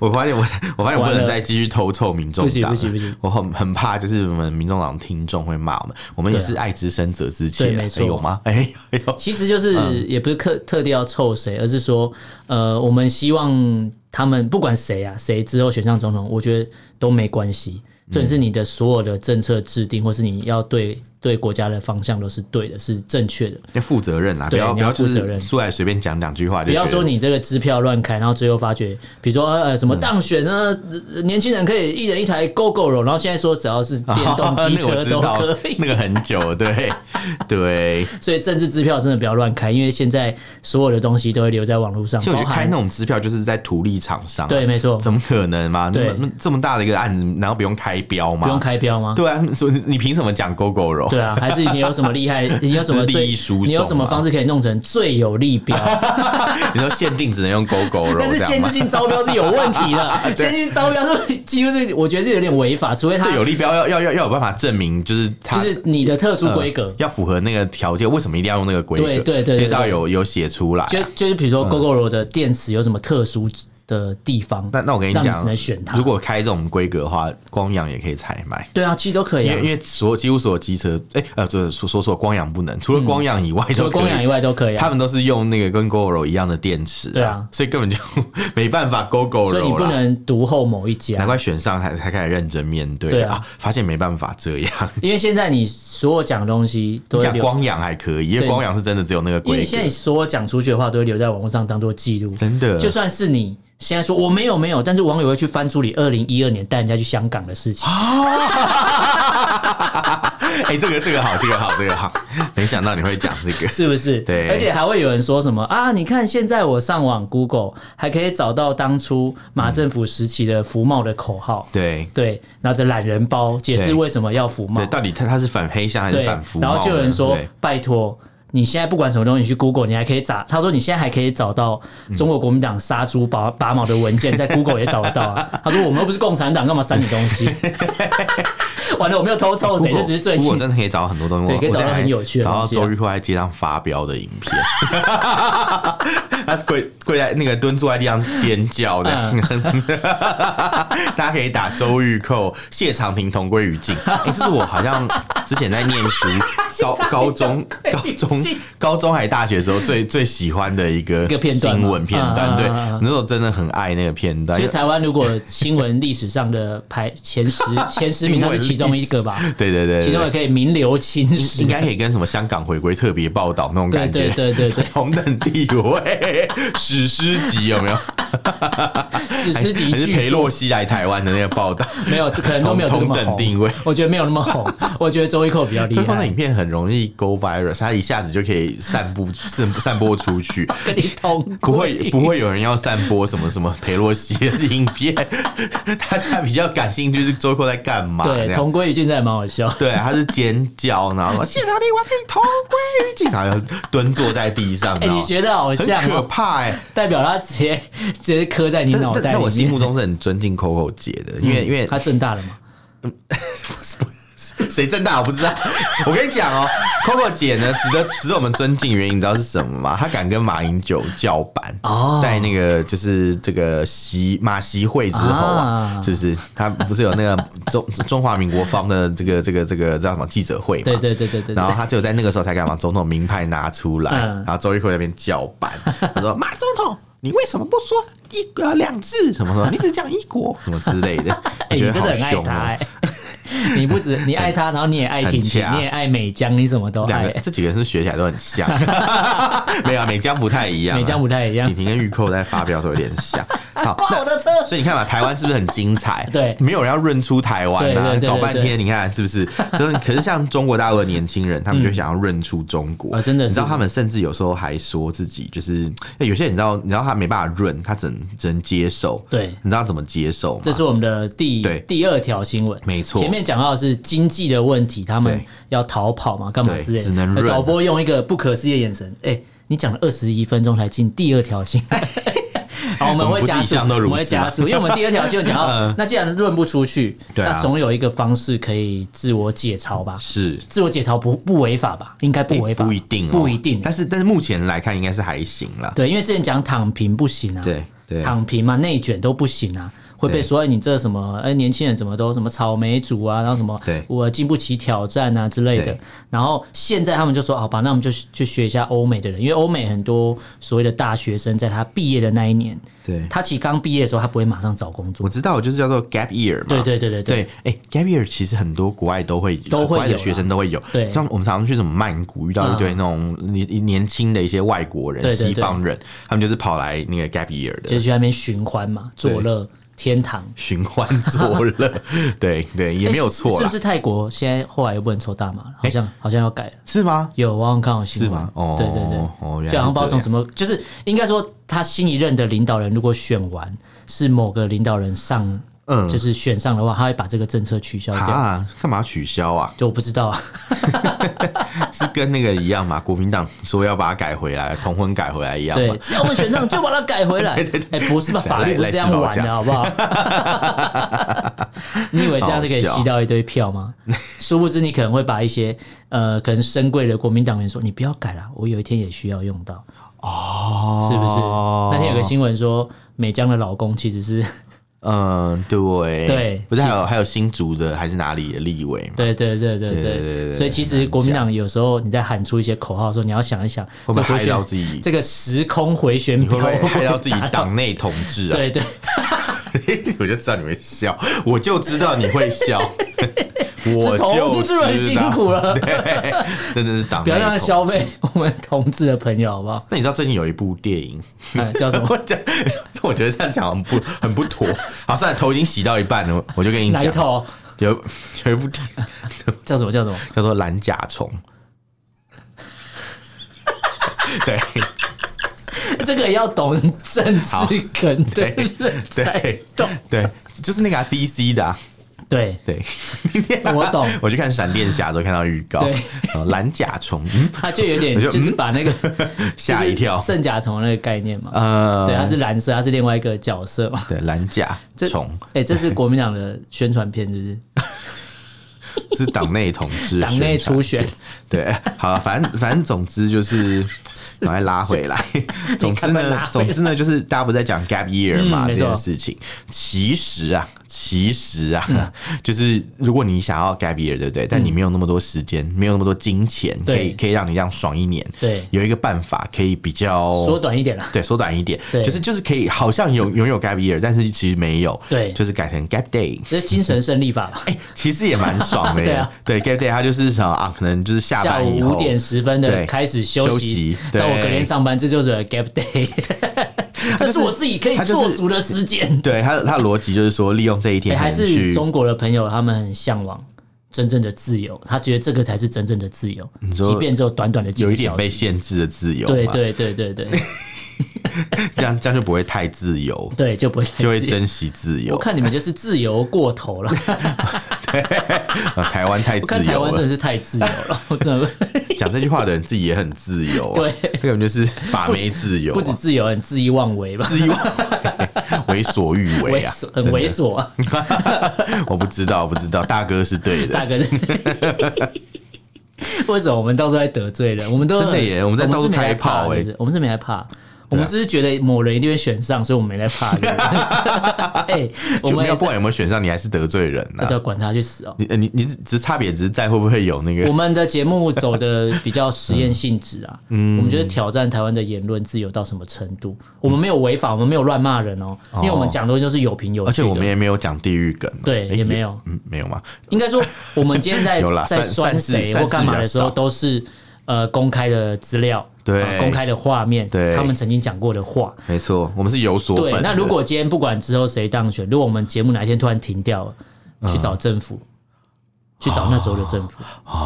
Speaker 1: 我发现我我发现我不
Speaker 2: 完了
Speaker 1: 能再继续偷臭民众
Speaker 2: 不行
Speaker 1: 党
Speaker 2: 不行不
Speaker 1: 了
Speaker 2: 行，
Speaker 1: 我很很怕就是我们民众党听众会骂我们，我们也
Speaker 2: 对啊
Speaker 1: 是爱之深责之切
Speaker 2: 对
Speaker 1: 啊，
Speaker 2: 没
Speaker 1: 哎
Speaker 2: 错
Speaker 1: 有吗？哎 [laughs] 有，
Speaker 2: 其实就是
Speaker 1: 嗯
Speaker 2: 也不是特特地要凑谁，而是说，呃，我们希望他们不管谁啊，谁之后选上总统，我觉得都没关系。
Speaker 1: 嗯
Speaker 2: 这是你的所有的政策制定，或是你要对对国家的方向都是对的，是正确的。
Speaker 1: 要负责任啦，啊不
Speaker 2: 对
Speaker 1: 要
Speaker 2: 你
Speaker 1: 不
Speaker 2: 要
Speaker 1: 要就
Speaker 2: 负责任
Speaker 1: 是出来随便讲两句话就
Speaker 2: 不要
Speaker 1: 觉得
Speaker 2: 说
Speaker 1: [laughs]
Speaker 2: 你这个支票乱开，然后最后发觉，比如说呃
Speaker 1: 嗯
Speaker 2: 什么当选呢，呃年轻人可以一人一台 GoGo 然后现在说只要是电动
Speaker 1: [laughs] 那个
Speaker 2: 机车
Speaker 1: 我知
Speaker 2: 都
Speaker 1: 道
Speaker 2: 可以，， [laughs]
Speaker 1: 那个很久了，对 [laughs] 对。
Speaker 2: 所以政治支票真的不要乱开，因为现在所有的东西都会留在网络上，
Speaker 1: 其实我
Speaker 2: 包
Speaker 1: 觉得开
Speaker 2: 含
Speaker 1: 那种支票就是在图利厂商啊，
Speaker 2: 对，没错，
Speaker 1: 怎么可能嘛？
Speaker 2: 对
Speaker 1: 那么这么大的一个案子，难道不用开标吗？
Speaker 2: 不用开标吗？
Speaker 1: 对啊，所以你凭什么讲狗狗肉？
Speaker 2: 对啊，还是你有什么厉害？你有什么
Speaker 1: [laughs]
Speaker 2: 最
Speaker 1: 利益输送啊
Speaker 2: 你有什么方式可以弄成最有利
Speaker 1: [laughs]
Speaker 2: 标？
Speaker 1: 你说限定只能用狗狗肉，
Speaker 2: 但是
Speaker 1: 这样
Speaker 2: 限
Speaker 1: 吗
Speaker 2: 制？性招标是有问题
Speaker 1: [laughs]
Speaker 2: 的，限制性招标是几乎是我觉得是有点违法，除非他
Speaker 1: 这有利标要要要要有办法证明，就是
Speaker 2: 就
Speaker 1: 它
Speaker 2: 是你的特殊规格
Speaker 1: 呃，要符合那个条件，为什么一定要用那个规格？
Speaker 2: 对对对对
Speaker 1: 街道有有写出来啊。
Speaker 2: 就就是比如说 GoGo 的电池有什么特殊的地方？
Speaker 1: 那那我跟你
Speaker 2: 让
Speaker 1: 讲
Speaker 2: 只能选它，
Speaker 1: 如果开这种规格的话，光阳也可以采买。
Speaker 2: 对啊，其实都可以
Speaker 1: 因
Speaker 2: 啊
Speaker 1: 为因，为所有几乎所有机车，哎、呃，就是说说说光阳不能，除了光阳以外
Speaker 2: 嗯除
Speaker 1: 都可以，
Speaker 2: 了光阳以外都可以
Speaker 1: 他
Speaker 2: 啊。
Speaker 1: 们都是用那个跟 GoGo 一样的电池、
Speaker 2: 对啊
Speaker 1: 所以根本就 [laughs] 没办法 GoGo
Speaker 2: 所以你不
Speaker 1: 啦。
Speaker 2: 能独后某一家
Speaker 1: 难，怪选上才才开始认真面对，
Speaker 2: 对啊
Speaker 1: 发现没办法这样。
Speaker 2: 因为现在你所有讲的东西都会
Speaker 1: 讲
Speaker 2: 留
Speaker 1: 光阳还可以，因
Speaker 2: 对
Speaker 1: 为光阳是真的只有那个
Speaker 2: 因为
Speaker 1: 规
Speaker 2: 你
Speaker 1: 格
Speaker 2: 现在，所有讲出去的话，都会留在网络上当做记录。
Speaker 1: 真的
Speaker 2: 就算是你现在说我没有没有，但是网友会去翻出你二零一二年带人家去香港的事
Speaker 1: 啊
Speaker 2: 情。
Speaker 1: [laughs] 哎、这个这个好，这个好，这个好，没想到你会讲这个。
Speaker 2: 是不是？
Speaker 1: 对
Speaker 2: 而且还会有人说什么啊？你看现在我上网 Google 还可以找到当初马政府时期的服贸的口号，
Speaker 1: 对
Speaker 2: 对，然后这懒人包解释
Speaker 1: 对
Speaker 2: 为什么要服贸
Speaker 1: 对，，到底他他是反黑箱还是
Speaker 2: 对
Speaker 1: 反服，贸
Speaker 2: 然
Speaker 1: 呢？
Speaker 2: 后就有人说
Speaker 1: 对，
Speaker 2: 拜托。你现在不管什么东西，你去 Google，你还可以找。他说你现在还可以找到中国国民党杀猪拔拔毛的文件，在 Google 也找得到啊。 [laughs] 他说我们又不是共产党，干嘛删你东
Speaker 1: [laughs]
Speaker 2: 西？完了，我没有偷臭谁，这只是
Speaker 1: Google-
Speaker 2: 最近
Speaker 1: Google 真的可以找到很多东西，
Speaker 2: 对
Speaker 1: 我
Speaker 2: 可以找到
Speaker 1: 我在
Speaker 2: 很有趣的
Speaker 1: 找到
Speaker 2: 东
Speaker 1: [laughs]
Speaker 2: 西啊
Speaker 1: 周玉蔻在街上发飙的影片，他规跪在那个蹲坐在地上尖叫的，
Speaker 2: 嗯
Speaker 1: [laughs] 大家可以打周玉蔻、谢长廷、同归于尽。哎、这是我好像之前在念
Speaker 2: [laughs]
Speaker 1: 书高高中高中高中还大学的时候最最喜欢的一个
Speaker 2: 一个片段吗
Speaker 1: 新闻片段，
Speaker 2: 嗯
Speaker 1: 对，
Speaker 2: 嗯嗯嗯
Speaker 1: 那时候真的很爱那个片段
Speaker 2: 其实。台湾如果新闻历史上的排前
Speaker 1: [laughs]
Speaker 2: 十前十名，它是其中一个吧，
Speaker 1: 对对对，对
Speaker 2: 其中也可以名留青史
Speaker 1: 应。该可以跟什么香港回归特别报道那种感觉，
Speaker 2: 对对对对对
Speaker 1: [laughs] 同等地
Speaker 2: [laughs]
Speaker 1: 位，史诗级有没有？
Speaker 2: 史诗级
Speaker 1: 还是
Speaker 2: 巨
Speaker 1: 裴
Speaker 2: 作
Speaker 1: 洛西来台湾的那个报道，
Speaker 2: 没
Speaker 1: [laughs]
Speaker 2: 有，可能都没有这
Speaker 1: 同
Speaker 2: 么
Speaker 1: 等
Speaker 2: 红。
Speaker 1: 定位。
Speaker 2: 我觉得没有那么红， [laughs] 我觉得周一蔻比较 [laughs] 厉
Speaker 1: 最后的影
Speaker 2: 害，
Speaker 1: 片很容易 go virus，它一下子就可以散布散散播出
Speaker 2: [laughs]
Speaker 1: 去，
Speaker 2: [laughs] 跟你同
Speaker 1: 不会不会有人要散播什么什么裴洛西的影
Speaker 2: [laughs]
Speaker 1: 片，大家比较感兴趣是周扣在干嘛？
Speaker 2: 对
Speaker 1: 这样
Speaker 2: 同归于尽，真的蛮好笑。
Speaker 1: 对，他是尖叫，然后现场地我可以同归于尽，然后蹲坐在地上，
Speaker 2: [laughs] 哎，
Speaker 1: 然
Speaker 2: 你
Speaker 1: 后
Speaker 2: 觉得好
Speaker 1: 很
Speaker 2: 像
Speaker 1: 可
Speaker 2: 哦，
Speaker 1: 怕哎、
Speaker 2: 代表他直接直接刻在你
Speaker 1: 但
Speaker 2: 脑
Speaker 1: 但
Speaker 2: 袋
Speaker 1: 但我
Speaker 2: 里
Speaker 1: 心
Speaker 2: 面。嗯
Speaker 1: 目中是很尊敬 Coco 姐的，因为因为
Speaker 2: [laughs] 他正大了嘛，
Speaker 1: [laughs] 谁正大我不知道。我跟你讲哦、c o c o 姐呢，值得值得我们尊敬的原因，你知道是什么吗？她敢跟马英九叫板
Speaker 2: 哦
Speaker 1: 在那个就是这个习马习会之后啊，
Speaker 2: 啊
Speaker 1: 是不是？她不是有那个中中华民国方的这个这个这个叫什么记者会嘛？
Speaker 2: 对对对对对
Speaker 1: 然后
Speaker 2: 对，
Speaker 1: 他只有在那个时候才敢把总统名牌拿出来，
Speaker 2: 嗯
Speaker 1: 然后周玉蔻在那边叫板，
Speaker 2: [laughs]
Speaker 1: 他说：“马总统，你为什么不说一呃两字什么什么？你只讲一国什么之类的。我
Speaker 2: [laughs] 哎，你
Speaker 1: 觉得
Speaker 2: 真的
Speaker 1: 好
Speaker 2: 很爱
Speaker 1: 凶
Speaker 2: 他
Speaker 1: 哦、
Speaker 2: 哎， [laughs] 你不止你爱他，然后你也爱婷
Speaker 1: 很
Speaker 2: 婷，
Speaker 1: 恰
Speaker 2: 你也爱美江，你什么都
Speaker 1: 两个
Speaker 2: 爱。
Speaker 1: 这几个人是学起来都很
Speaker 2: [laughs]
Speaker 1: 像，没有、啊、美江不太一样、啊，
Speaker 2: 美江不太一样
Speaker 1: 婷婷跟玉蔻在发表的时候有点像。好，
Speaker 2: 挂我的车，
Speaker 1: 所以你看嘛，台湾是不是很精彩？
Speaker 2: 对
Speaker 1: 没有人要认出台湾啊
Speaker 2: 对对对，对
Speaker 1: 搞半
Speaker 2: 对
Speaker 1: 天，你看是不是？就是，可是像中国大陆的年轻人，他们就想要认出中国
Speaker 2: 啊真的是
Speaker 1: 你知道，他们甚至有时候还说自己就是，欸有些人你知道，你知道他没办法认，他只能只能接受。
Speaker 2: 对
Speaker 1: 你知道怎么接受吗
Speaker 2: 这？是我们的第
Speaker 1: 对
Speaker 2: 第二条新闻，
Speaker 1: 没错
Speaker 2: 前面讲到的是经济的问题，他们
Speaker 1: 对
Speaker 2: 要逃跑嘛，干嘛
Speaker 1: 对
Speaker 2: 之类的。
Speaker 1: 只能
Speaker 2: 呃
Speaker 1: 润
Speaker 2: 导播用一个不可思议的眼神，哎、你讲了二十一分钟才进第二
Speaker 1: [laughs]
Speaker 2: 条新闻。好，我们
Speaker 1: 我们
Speaker 2: 会
Speaker 1: 不是
Speaker 2: 加
Speaker 1: 一
Speaker 2: 速，
Speaker 1: 向都如
Speaker 2: 我
Speaker 1: 此啊嗯
Speaker 2: 们会加速，因为我们第二条新
Speaker 1: [laughs]
Speaker 2: 闻讲到，那既然润不出去，
Speaker 1: 对啊
Speaker 2: 那总有一个方式可以自我解嘲吧？
Speaker 1: 是
Speaker 2: 自我解嘲不不违法吧？应该不违法、
Speaker 1: 不一定、哦，
Speaker 2: 不一定。
Speaker 1: 但是但是目前来看，应该是还行啦。
Speaker 2: 对，因为之前讲躺平不行啊，
Speaker 1: 对对
Speaker 2: 躺平嘛，内卷都不行啊，会被
Speaker 1: 对
Speaker 2: 说哎你这什么哎年轻人怎么都什么草莓族啊，然后什么
Speaker 1: 对
Speaker 2: 我经不起挑战啊之类的
Speaker 1: 对。
Speaker 2: 然后现在他们就说好吧，那我们就去学一下欧美的人，因为欧美很多所谓的大学生，在他毕业的那一年，
Speaker 1: 对，
Speaker 2: 他其实刚毕业的时候，他不会马上找工作
Speaker 1: 我，知道，就是叫做 gap year 嘛。
Speaker 2: 对对对对
Speaker 1: 对，哎、g a p year 其实很多国外都会，
Speaker 2: 都会有
Speaker 1: 国外的
Speaker 2: 啦
Speaker 1: 学生都会有。
Speaker 2: 对
Speaker 1: 像我们常常去什么曼谷，遇到一堆
Speaker 2: 嗯
Speaker 1: 那种年年轻的一些外国人、
Speaker 2: 对对对
Speaker 1: 西方人，他们就是跑来那个 gap year
Speaker 2: 就
Speaker 1: 的
Speaker 2: 去那边寻欢嘛，作乐天堂。
Speaker 1: 寻欢作乐。
Speaker 2: [laughs]
Speaker 1: 对对，也没有错
Speaker 2: 是
Speaker 1: 啦，
Speaker 2: 不是泰国现在后来又不能抽大麻了？好像好像要改了。
Speaker 1: 是吗？
Speaker 2: 有，我好像看好新闻
Speaker 1: 是吗哦
Speaker 2: 对对对，
Speaker 1: 哦原来是
Speaker 2: 就好像不知道
Speaker 1: 这
Speaker 2: 从
Speaker 1: 样
Speaker 2: 什么，就是应该说他新一任的领导人如果选完是某个领导人上，
Speaker 1: 嗯
Speaker 2: 就是选上的话，他会把这个政策取消掉。
Speaker 1: 啊，干嘛取消啊？
Speaker 2: 就我不知道啊，
Speaker 1: 是跟那个一样嘛？国民党说要把它改回来，同婚改回来一样嘛
Speaker 2: 对，？只要我们选上就把它改
Speaker 1: [laughs]
Speaker 2: 回来。哎，不是吧？法律不是这样
Speaker 1: 来
Speaker 2: 玩
Speaker 1: 来
Speaker 2: 的，好不 [laughs] 好？你以为这样就可以吸到一堆票
Speaker 1: [laughs]
Speaker 2: 吗？殊不知你可能会把一些呃，可能深贵的国民党员说，你不要改了，我有一天也需要用到。
Speaker 1: 哦
Speaker 2: 是不是？那天有个新闻说，美江的老公其实是
Speaker 1: 嗯，对
Speaker 2: 对
Speaker 1: 不是
Speaker 2: 其
Speaker 1: 还
Speaker 2: 实
Speaker 1: 有还有新竹的还是哪里的立委嘛？
Speaker 2: 对对对对
Speaker 1: 对对对
Speaker 2: 对，
Speaker 1: 对
Speaker 2: 所以其实国民党有时候你在喊出一些口号的时候，你要想一想，
Speaker 1: 会不会
Speaker 2: 这回
Speaker 1: 害到
Speaker 2: 旋
Speaker 1: 自己
Speaker 2: 这个时空回旋
Speaker 1: 你会
Speaker 2: 镖
Speaker 1: 不
Speaker 2: [laughs]
Speaker 1: 会害到自己
Speaker 2: 打
Speaker 1: 党内统治啊？
Speaker 2: 对对，
Speaker 1: [laughs] 我就知道你会笑，我就知道你会笑，
Speaker 2: [laughs]
Speaker 1: 我
Speaker 2: 投
Speaker 1: 就
Speaker 2: 不
Speaker 1: 知
Speaker 2: 出
Speaker 1: 道
Speaker 2: 很辛苦
Speaker 1: [laughs]
Speaker 2: 了，
Speaker 1: 对，真的是党
Speaker 2: 不
Speaker 1: 内
Speaker 2: 要让他
Speaker 1: 统。
Speaker 2: 消费我们同志的朋友，好不好？
Speaker 1: 那你知道最近有一部电影， [laughs]
Speaker 2: 哎，叫什么？
Speaker 1: 我讲，我觉得这样讲很不很不妥。好，算了，头已经洗到一半了，我就跟你
Speaker 2: 哪一
Speaker 1: 讲，
Speaker 2: 头？
Speaker 1: 有有一部 [laughs] 电影
Speaker 2: 哦叫什么？叫什么？
Speaker 1: 叫做《蓝甲虫》，对。
Speaker 2: 这个要懂政治梗，对
Speaker 1: 对
Speaker 2: 不对？
Speaker 1: 对
Speaker 2: 才懂。
Speaker 1: 对，就是那个、啊、DC 的、啊，
Speaker 2: 对，
Speaker 1: 对，
Speaker 2: [laughs] 我懂。
Speaker 1: [laughs] 我去看闪电侠的时候看到预告，
Speaker 2: 对
Speaker 1: 呃蓝甲虫，嗯，
Speaker 2: 他就有点
Speaker 1: 我就嗯
Speaker 2: 就是把那个
Speaker 1: [laughs] 吓一跳
Speaker 2: 就是，圣甲虫那个概念嘛。
Speaker 1: 呃，
Speaker 2: 对，它是蓝色，它是另外一个角色嘛。
Speaker 1: 对蓝甲
Speaker 2: 这
Speaker 1: 虫
Speaker 2: 哎、这是国民党的宣传片，是不
Speaker 1: [laughs]
Speaker 2: 是？
Speaker 1: 是党内同志，
Speaker 2: 党内初选，
Speaker 1: 对，好了，反正反正总之就是。赶快拉回
Speaker 2: [laughs]
Speaker 1: 来。总之
Speaker 2: 赶快拉回
Speaker 1: 呢
Speaker 2: 来，
Speaker 1: 总之呢，就是大家不是在讲 gap year 嘛、
Speaker 2: 嗯没
Speaker 1: 这
Speaker 2: 错
Speaker 1: 件事情，其实啊，其实啊，
Speaker 2: 嗯
Speaker 1: 就是如果你想要 gap year，对不对？但你没有那么多时间，没有那么多金钱，可
Speaker 2: 对
Speaker 1: 以可以让你这样爽一年。
Speaker 2: 对
Speaker 1: 有一个办法可以比较
Speaker 2: 缩短一点啦。
Speaker 1: 对，缩短一点，
Speaker 2: 对
Speaker 1: 就是就是可以，好像有拥有 gap year，但是其实没有，
Speaker 2: 对
Speaker 1: 就是改成 gap day。
Speaker 2: 这是精神胜
Speaker 1: [laughs]
Speaker 2: 利法吧？
Speaker 1: 哎、其实也蛮爽的耶，
Speaker 2: [laughs] 对啊
Speaker 1: 对 gap day 它就是什么啊？可能就是下
Speaker 2: 下
Speaker 1: 班
Speaker 2: 午
Speaker 1: 以后
Speaker 2: 五点十分的
Speaker 1: 对
Speaker 2: 开始休
Speaker 1: 休
Speaker 2: 息
Speaker 1: 息，
Speaker 2: 到我
Speaker 1: 对
Speaker 2: 隔天上班，这就是 gap
Speaker 1: [laughs]
Speaker 2: day，这是我自己可以
Speaker 1: 它就是
Speaker 2: 做足的时间。
Speaker 1: [laughs] 对他的他的逻辑就是说，利用这一天
Speaker 2: 哎还
Speaker 1: 可能
Speaker 2: 是
Speaker 1: 去
Speaker 2: 中国的朋友，他们很向往真正的自由，他觉得这个才是真正的自由，
Speaker 1: 说
Speaker 2: 即便只有短短的几
Speaker 1: 有
Speaker 2: 个
Speaker 1: 一点
Speaker 2: 小
Speaker 1: 被
Speaker 2: 时。
Speaker 1: 限制的自由嘛，
Speaker 2: 对对对对
Speaker 1: [laughs]
Speaker 2: 对
Speaker 1: 这样这样就不会太自由，
Speaker 2: 对，就不会太
Speaker 1: 就会
Speaker 2: 自由
Speaker 1: 珍惜自由
Speaker 2: 我。看你们就是自由过头了，
Speaker 1: [laughs] 啊台湾太
Speaker 2: 我看
Speaker 1: 自
Speaker 2: 台
Speaker 1: 由
Speaker 2: 湾真的
Speaker 1: 了，
Speaker 2: 是太自由了，我真的
Speaker 1: 讲这句话的人自己也很自由、啊，
Speaker 2: [laughs] 对，
Speaker 1: 根本就是把妹自由、
Speaker 2: 不止
Speaker 1: 啊，
Speaker 2: 自由，很恣意妄为吧，
Speaker 1: 自由，为所欲为
Speaker 2: 猥
Speaker 1: 啊
Speaker 2: 琐，， [laughs] 很猥琐啊，
Speaker 1: 我不知道，不知道，大哥是对的
Speaker 2: 大。哥。 [laughs] 为什么我们到处在得罪人？我们都
Speaker 1: 真的耶我们在到处开炮啊
Speaker 2: 哎
Speaker 1: 哎，
Speaker 2: 我们是没在怕。我们是不是觉得某人一定会选上，所以我们没在怕。对不对 [laughs] 哎，我
Speaker 1: 就
Speaker 2: 们
Speaker 1: 要不管有没有啊选上，你还是得罪人呐、
Speaker 2: 那就要管他去死哦。
Speaker 1: 你呃你你只只差别只是在会不会有那个
Speaker 2: 我们的节目走的比较实验性
Speaker 1: [laughs]
Speaker 2: 质啊，嗯，我们觉得挑战台湾的言论自由到什么程度？我们没有违法，我们没有乱骂人哦，因为我们讲的东西就是有凭有据的。
Speaker 1: 而且我们也没有讲地域梗嘛，
Speaker 2: 对
Speaker 1: 诶
Speaker 2: 也没有
Speaker 1: 嗯，没有吗？
Speaker 2: 应该说，我们今天在
Speaker 1: [laughs] 有啦
Speaker 2: 在
Speaker 1: 算
Speaker 2: 酸
Speaker 1: 算
Speaker 2: 谁
Speaker 1: 是
Speaker 2: 或干嘛的时
Speaker 1: 算是比较
Speaker 2: 候，
Speaker 1: 少
Speaker 2: 都是呃公开的资料，
Speaker 1: 对
Speaker 2: 啊公开的画面，
Speaker 1: 对
Speaker 2: 他们曾经讲过的话。
Speaker 1: 没错，我们是有所
Speaker 2: 对
Speaker 1: 本的。，
Speaker 2: 那如果今天不管之后谁当选，如果我们节目哪一天突然停掉了，去
Speaker 1: 嗯
Speaker 2: 找政府，去找那时候的政府，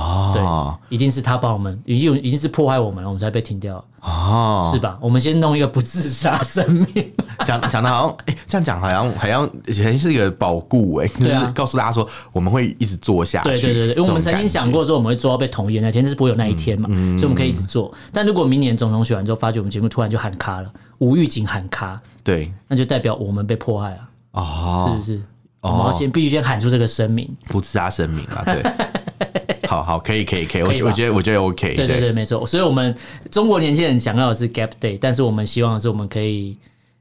Speaker 1: 哦
Speaker 2: 对，一定是他帮我们，已经已经是破坏我们了，我们才被停掉了，
Speaker 1: 哦，
Speaker 2: 是吧？我们先弄一个不自杀生命，
Speaker 1: 讲讲的好像，哎、这样讲好像好像以前是一个保固哎、就
Speaker 2: 啊
Speaker 1: 是告诉大家说我们会一直做下去。
Speaker 2: 对对对对，因为我们曾经想过说我们会做到被同意的那天，但是不会有那一天嘛，
Speaker 1: 嗯
Speaker 2: 所以我们可以一直做。但如果明年总统选完之后，发觉我们节目突然就喊卡了，无预警喊卡，
Speaker 1: 这种感觉，对
Speaker 2: 那就代表我们被迫害了，是
Speaker 1: 哦
Speaker 2: 不，是？我们要先必须先喊出这个声明。
Speaker 1: 不自杀声明啊，对。
Speaker 2: [laughs]
Speaker 1: 好好，可以可以可以，我
Speaker 2: 可以
Speaker 1: 觉
Speaker 2: 吧
Speaker 1: 我觉得我觉得 OK，
Speaker 2: 对对对，没错。所以，我们中国年轻人想要的是 Gap Day，但是我们希望的是我们可以，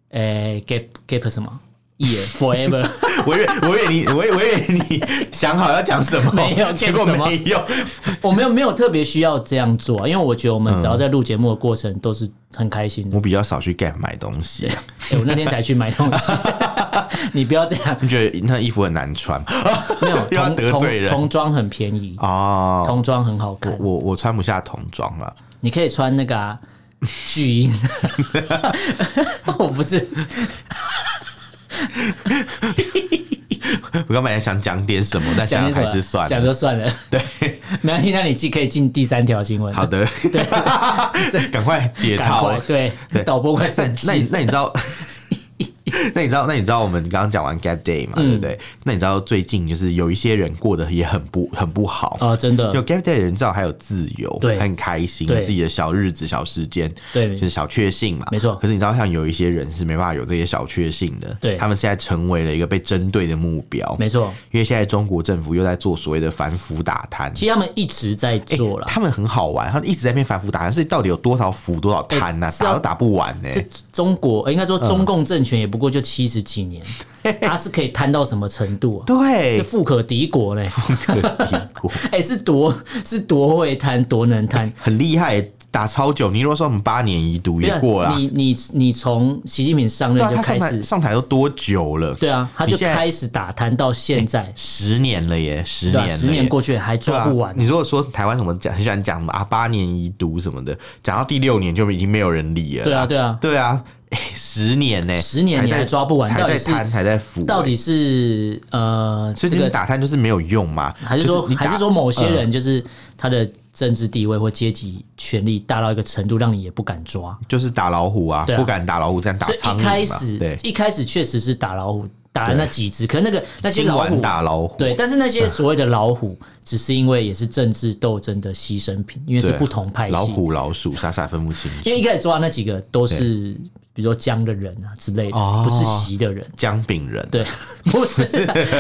Speaker 2: 呃、g a p Gap 什么 Year
Speaker 1: [laughs]
Speaker 2: Forever。
Speaker 1: 我以为我以为你，我以我以为你想好要讲什么，
Speaker 2: 没有
Speaker 1: 结果
Speaker 2: 讲什么
Speaker 1: 没有。
Speaker 2: 我没有没有特别需要这样做、啊，因为我觉得我
Speaker 1: 嗯
Speaker 2: 们只要在录节目的过程都是很开心
Speaker 1: [laughs]
Speaker 2: 的。
Speaker 1: 我比较少去 Gap 买东西，
Speaker 2: 欸，我那天才去买东西， [laughs] 你不要这样，
Speaker 1: 你觉得那衣服很难穿
Speaker 2: 没有
Speaker 1: [laughs] 又要
Speaker 2: 童
Speaker 1: 得罪
Speaker 2: 童
Speaker 1: 人
Speaker 2: 童装很便宜，
Speaker 1: 哦。
Speaker 2: 童装很好看，
Speaker 1: 我我穿不下童装了，
Speaker 2: 你可以穿那个啊，巨
Speaker 1: [laughs]
Speaker 2: 婴，我不是
Speaker 1: 我刚本来想讲点什么，但想
Speaker 2: 讲些
Speaker 1: 想
Speaker 2: 什么，
Speaker 1: 还是算
Speaker 2: 想
Speaker 1: 了。
Speaker 2: 就算了，对，没关系，那你既可以进第三条新闻，
Speaker 1: 好，的，
Speaker 2: 对
Speaker 1: [laughs] 赶快解
Speaker 2: 赶
Speaker 1: 套
Speaker 2: 快
Speaker 1: 了。
Speaker 2: 对
Speaker 1: 对
Speaker 2: 导播快
Speaker 1: 那
Speaker 2: 生
Speaker 1: 那你
Speaker 2: 气，
Speaker 1: 那你知道？ [laughs] 那你知道？那你知道我们刚刚讲完 Gap Day 嘛？
Speaker 2: 嗯
Speaker 1: 对不对？那你知道最近就是有一些人过得也很不很不好
Speaker 2: 哦，真的
Speaker 1: 有 Gap Day 的人知道还有自由，
Speaker 2: 对
Speaker 1: 很开心，
Speaker 2: 对
Speaker 1: 自己的小日子、小时间，
Speaker 2: 对
Speaker 1: 就是小确幸嘛，
Speaker 2: 没错
Speaker 1: 可是你知道，像有一些人是没办法有这些小确幸的，
Speaker 2: 对
Speaker 1: 他们现在成为了一个被针对的目标，
Speaker 2: 没错，
Speaker 1: 因为现在中国政府又在做所谓的反腐打贪。
Speaker 2: 其实他们一直在做了。
Speaker 1: 他们很好玩，他们一直在那边反腐打贪，所以到底有多少腐多少贪呐、
Speaker 2: 欸是要
Speaker 1: 打都打不完呢、
Speaker 2: 这中国呃应该说
Speaker 1: 嗯
Speaker 2: 中共政权也不过就七十几
Speaker 1: [laughs]
Speaker 2: 年，他是可以贪到什么程度啊？这
Speaker 1: 对，
Speaker 2: 富可敌
Speaker 1: [laughs]
Speaker 2: 国呢？
Speaker 1: 可敌国
Speaker 2: 哎、是多是多会贪，多能贪。
Speaker 1: 很厉害，打超久。你如果说我们八年一读也过了，
Speaker 2: 啊你你你从习近平上
Speaker 1: 对啊，
Speaker 2: 任就
Speaker 1: 他
Speaker 2: 开
Speaker 1: 上
Speaker 2: 始
Speaker 1: 台，上台都多久了？
Speaker 2: 对啊，他就
Speaker 1: 你现在
Speaker 2: 开始打贪到现在，
Speaker 1: 十年了耶，十
Speaker 2: 对
Speaker 1: 年
Speaker 2: 啊，
Speaker 1: 了耶
Speaker 2: 十年过去还
Speaker 1: 对
Speaker 2: 抓不完
Speaker 1: 啊。。你如果说台湾什么讲很喜欢讲嘛啊八年一读什么的，讲到第六年就已经没有人理了
Speaker 2: 对啊，
Speaker 1: 啦。
Speaker 2: 对啊，
Speaker 1: 对啊，哎十年呢、
Speaker 2: 十年你还
Speaker 1: 在
Speaker 2: 抓不完
Speaker 1: 还
Speaker 2: 到底
Speaker 1: 在
Speaker 2: 是
Speaker 1: 贪，还在腐、
Speaker 2: 到底是呃
Speaker 1: 所
Speaker 2: 这
Speaker 1: 以你
Speaker 2: 个，
Speaker 1: 打贪就是没有用嘛？
Speaker 2: 还是说
Speaker 1: 就你打嗯
Speaker 2: 还是说某些人就是他的政治地位或阶级权力大到一个程度，让你也不敢抓。
Speaker 1: 就是打老虎啊，
Speaker 2: 对啊
Speaker 1: 不敢打老虎，这样打
Speaker 2: 所以
Speaker 1: 苍
Speaker 2: 一
Speaker 1: 蝇
Speaker 2: 开
Speaker 1: 嘛
Speaker 2: 始
Speaker 1: 对，
Speaker 2: 一开始确实是打老虎，打了那几只，可能那个那些
Speaker 1: 今
Speaker 2: 老虎
Speaker 1: 晚打老虎，
Speaker 2: 对，但是
Speaker 1: [laughs]
Speaker 2: 那些所谓的老虎，只是因为也是政治斗争的牺牲品，因为是
Speaker 1: 对
Speaker 2: 不同派系。
Speaker 1: 老，虎老鼠傻傻分不清。
Speaker 2: 因为一开始抓那几个都是比如说姜的人啊之类的，
Speaker 1: 哦
Speaker 2: 不是习的人。
Speaker 1: 姜饼人， [laughs]
Speaker 2: 对，不是，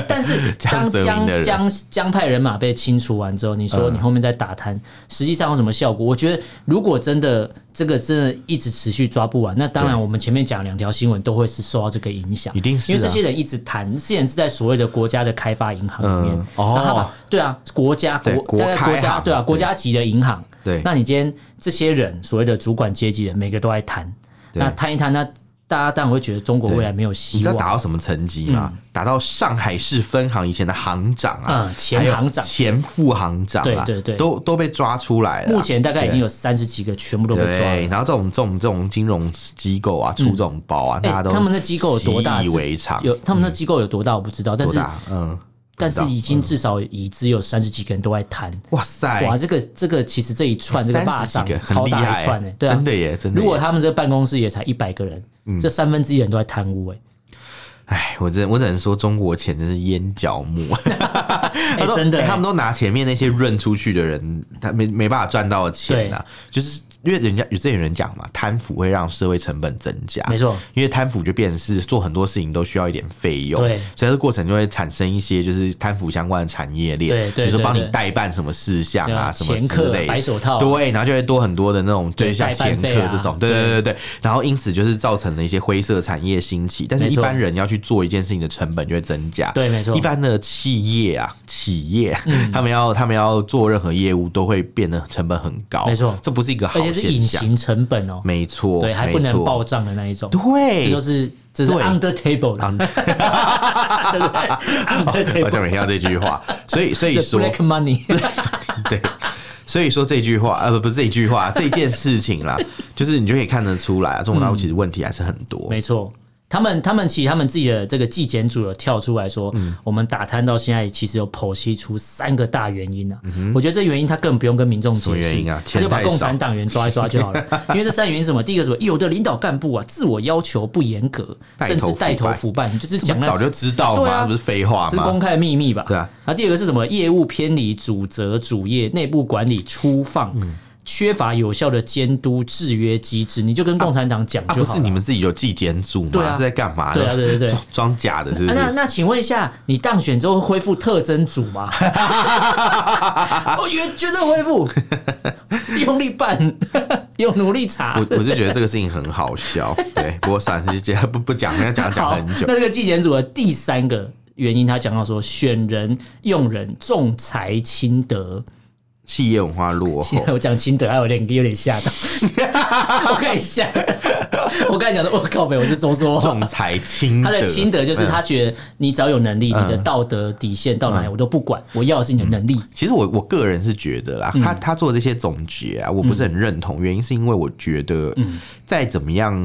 Speaker 2: 但是
Speaker 1: 江
Speaker 2: 当
Speaker 1: 泽民
Speaker 2: 江
Speaker 1: 的人嗯
Speaker 2: 江江派人马被清除完之后，你说你后面再打贪，实际上有什么效果？我觉得如果真的这个真的一直持续抓不完，那当然我们前面讲两条新闻都会是受到这个影响，
Speaker 1: 一定是啊
Speaker 2: 因为这些人一直谈，之前是在所谓的国家的开发银行里面
Speaker 1: 嗯，哦
Speaker 2: 然后他把对啊，国家
Speaker 1: 对
Speaker 2: 国
Speaker 1: 国
Speaker 2: 大概
Speaker 1: 开
Speaker 2: 国家
Speaker 1: 行
Speaker 2: 对啊，国家级的银行，
Speaker 1: 对
Speaker 2: 那你今天这些人所谓的主管阶级人，每个都在谈，
Speaker 1: 对
Speaker 2: 那谈一谈，那大家当然会觉得中国未来没有
Speaker 1: 你
Speaker 2: 希
Speaker 1: 知道
Speaker 2: 望。
Speaker 1: 打到什么成绩吗？打到上海市分行以前的行长啊，
Speaker 2: 嗯前行长
Speaker 1: 还有前副行长啊，
Speaker 2: 对对对
Speaker 1: 都都被抓出来了啊。
Speaker 2: 目前大概已经
Speaker 1: 有
Speaker 2: 有三十几个全部都被抓
Speaker 1: 对，
Speaker 2: 了。哎
Speaker 1: 然后这种这种这种金融机构啊，出这种包啊，
Speaker 2: 哎
Speaker 1: 大家都
Speaker 2: 他们的机构有多大
Speaker 1: 习以为常，嗯
Speaker 2: 有他们那机构有多大我不知道，但
Speaker 1: 多
Speaker 2: 是
Speaker 1: 大？嗯，
Speaker 2: 但
Speaker 1: 不知
Speaker 2: 是
Speaker 1: 道
Speaker 2: 已经至少已知有三十几个人都在谈。
Speaker 1: 哇塞，
Speaker 2: 哇，这个这个其实这一串这个霸
Speaker 1: 哎三
Speaker 2: 掌
Speaker 1: 十几个
Speaker 2: 超
Speaker 1: 很厉
Speaker 2: 大
Speaker 1: 害，
Speaker 2: 一串呢，对啊，
Speaker 1: 真的嗯耶，真的耶。
Speaker 2: 如果他们这个办公室也才一百个人，这三分之一人都在贪污
Speaker 1: [laughs]
Speaker 2: 哎，
Speaker 1: 哎，我只我只能说，中国钱真是烟角
Speaker 2: [laughs]
Speaker 1: 木。他说
Speaker 2: 真
Speaker 1: [laughs]
Speaker 2: 的
Speaker 1: 哎
Speaker 2: 欸
Speaker 1: 他们都拿前面那些润出去的人，他没没办法赚到的钱呐、就是因为人家有这些人讲嘛，贪腐会让社会成本增加，
Speaker 2: 没错，
Speaker 1: 因为贪腐就变成是做很多事情都需要一点费用，
Speaker 2: 对
Speaker 1: 所以这过程就会产生一些就是贪腐相关的产业链，
Speaker 2: 对对
Speaker 1: 比如说
Speaker 2: 对
Speaker 1: 帮你
Speaker 2: 对
Speaker 1: 代办什么事项
Speaker 2: 对
Speaker 1: 啊，
Speaker 2: 啊
Speaker 1: 什么
Speaker 2: 掮客
Speaker 1: 之类的，
Speaker 2: 白手套啊
Speaker 1: 对，然后就会多很多的那种，就
Speaker 2: 对
Speaker 1: 是像
Speaker 2: 代办
Speaker 1: 掮
Speaker 2: 费
Speaker 1: 客
Speaker 2: 啊
Speaker 1: 这种，对对
Speaker 2: 对
Speaker 1: 对对对，然后因此就是造成了一些灰色产业兴起，但是
Speaker 2: 没
Speaker 1: 一
Speaker 2: 错
Speaker 1: 般人要去做一件事情的成本就会增加，
Speaker 2: 对没错嗯
Speaker 1: 一般的企业啊，企业、他们要他们要做任何业务都会变得成本很高，
Speaker 2: 没错
Speaker 1: 这不是一个
Speaker 2: 而
Speaker 1: 好
Speaker 2: 且是
Speaker 1: 现
Speaker 2: 隐
Speaker 1: 象，
Speaker 2: 形成本哦，
Speaker 1: 没错，
Speaker 2: 对，还不
Speaker 1: 没
Speaker 2: 能
Speaker 1: 错
Speaker 2: 报账的那一种，这就
Speaker 1: 对。
Speaker 2: 是这是
Speaker 1: 对
Speaker 2: under table 了， [laughs] 对不对
Speaker 1: [laughs]
Speaker 2: ？under
Speaker 1: 好
Speaker 2: table
Speaker 1: 像没听到这句
Speaker 2: [laughs]
Speaker 1: 话，所以 Oh, 所以
Speaker 2: the
Speaker 1: 说
Speaker 2: black money， [laughs]
Speaker 1: 对，所以说这句话，呃，不不是这句话，这件事情
Speaker 2: [laughs]
Speaker 1: 啦，就是你就可以看得出来啊，中国大陆其实问题还是很多。
Speaker 2: 嗯没错。他们他们其实他们自己的这个纪检组有跳出来说，
Speaker 1: 嗯
Speaker 2: 我们打探到现在其实有剖析出三个大原因啊。我觉得这原因他更不用跟民众
Speaker 1: 嗯什么
Speaker 2: 解
Speaker 1: 原
Speaker 2: 释
Speaker 1: 因啊
Speaker 2: 他就把
Speaker 1: 钱太少
Speaker 2: 共产党员抓一抓就好了。
Speaker 1: [laughs]
Speaker 2: 因为这三个原因是什么？第一个是什么？有的领导干部啊，自我要求不严格，
Speaker 1: 带头
Speaker 2: 甚至
Speaker 1: 腐败
Speaker 2: 带头腐败，你就是
Speaker 1: 这
Speaker 2: 讲
Speaker 1: 不
Speaker 2: 那
Speaker 1: 早就知道了
Speaker 2: 对
Speaker 1: 吗？
Speaker 2: 啊
Speaker 1: 这不是废话
Speaker 2: 这是公
Speaker 1: 吗？
Speaker 2: 开的秘密吧？
Speaker 1: 对啊。
Speaker 2: 然后第二个是什么？业务偏离、主责、主业、内部管理、粗放，
Speaker 1: 嗯
Speaker 2: 缺乏有效的监督制约机制。你就跟共产党讲
Speaker 1: 啊，
Speaker 2: 就
Speaker 1: 不
Speaker 2: 好
Speaker 1: 是
Speaker 2: 了。
Speaker 1: 你们自己有纪检组吗？
Speaker 2: 对啊
Speaker 1: 这在干嘛呢？
Speaker 2: 对啊对对对
Speaker 1: 装装假的，是不
Speaker 2: 啊
Speaker 1: 是？
Speaker 2: 那那请问一下，你当选之后恢复特征组
Speaker 1: [laughs]
Speaker 2: 吗？我觉绝对恢复，用力办， [laughs] 用努力查。
Speaker 1: 我我是觉得这个事情很好
Speaker 2: [laughs]
Speaker 1: 笑，对。不过算了，就这样不不讲，要讲讲
Speaker 2: 好，
Speaker 1: 很久
Speaker 2: 那。这个纪检组的第三个原因，他讲到说，选人、用人、重财轻德。
Speaker 1: 企业文化落
Speaker 2: 现
Speaker 1: 后
Speaker 2: [laughs] 在，我讲轻德，还有点有点吓到， [laughs] 我刚才吓到，我刚才讲的，我靠北，我是说说话
Speaker 1: 重。财轻德，
Speaker 2: 他的轻德就是他觉得你只要有能力，你的道德底线到
Speaker 1: 嗯
Speaker 2: 哪里我都不管，我要的是你的能力。
Speaker 1: 其实我我个人是觉得
Speaker 2: 嗯
Speaker 1: 啦，他他做这些总结啊，我不是很认同，原因是因为我觉得，再怎么样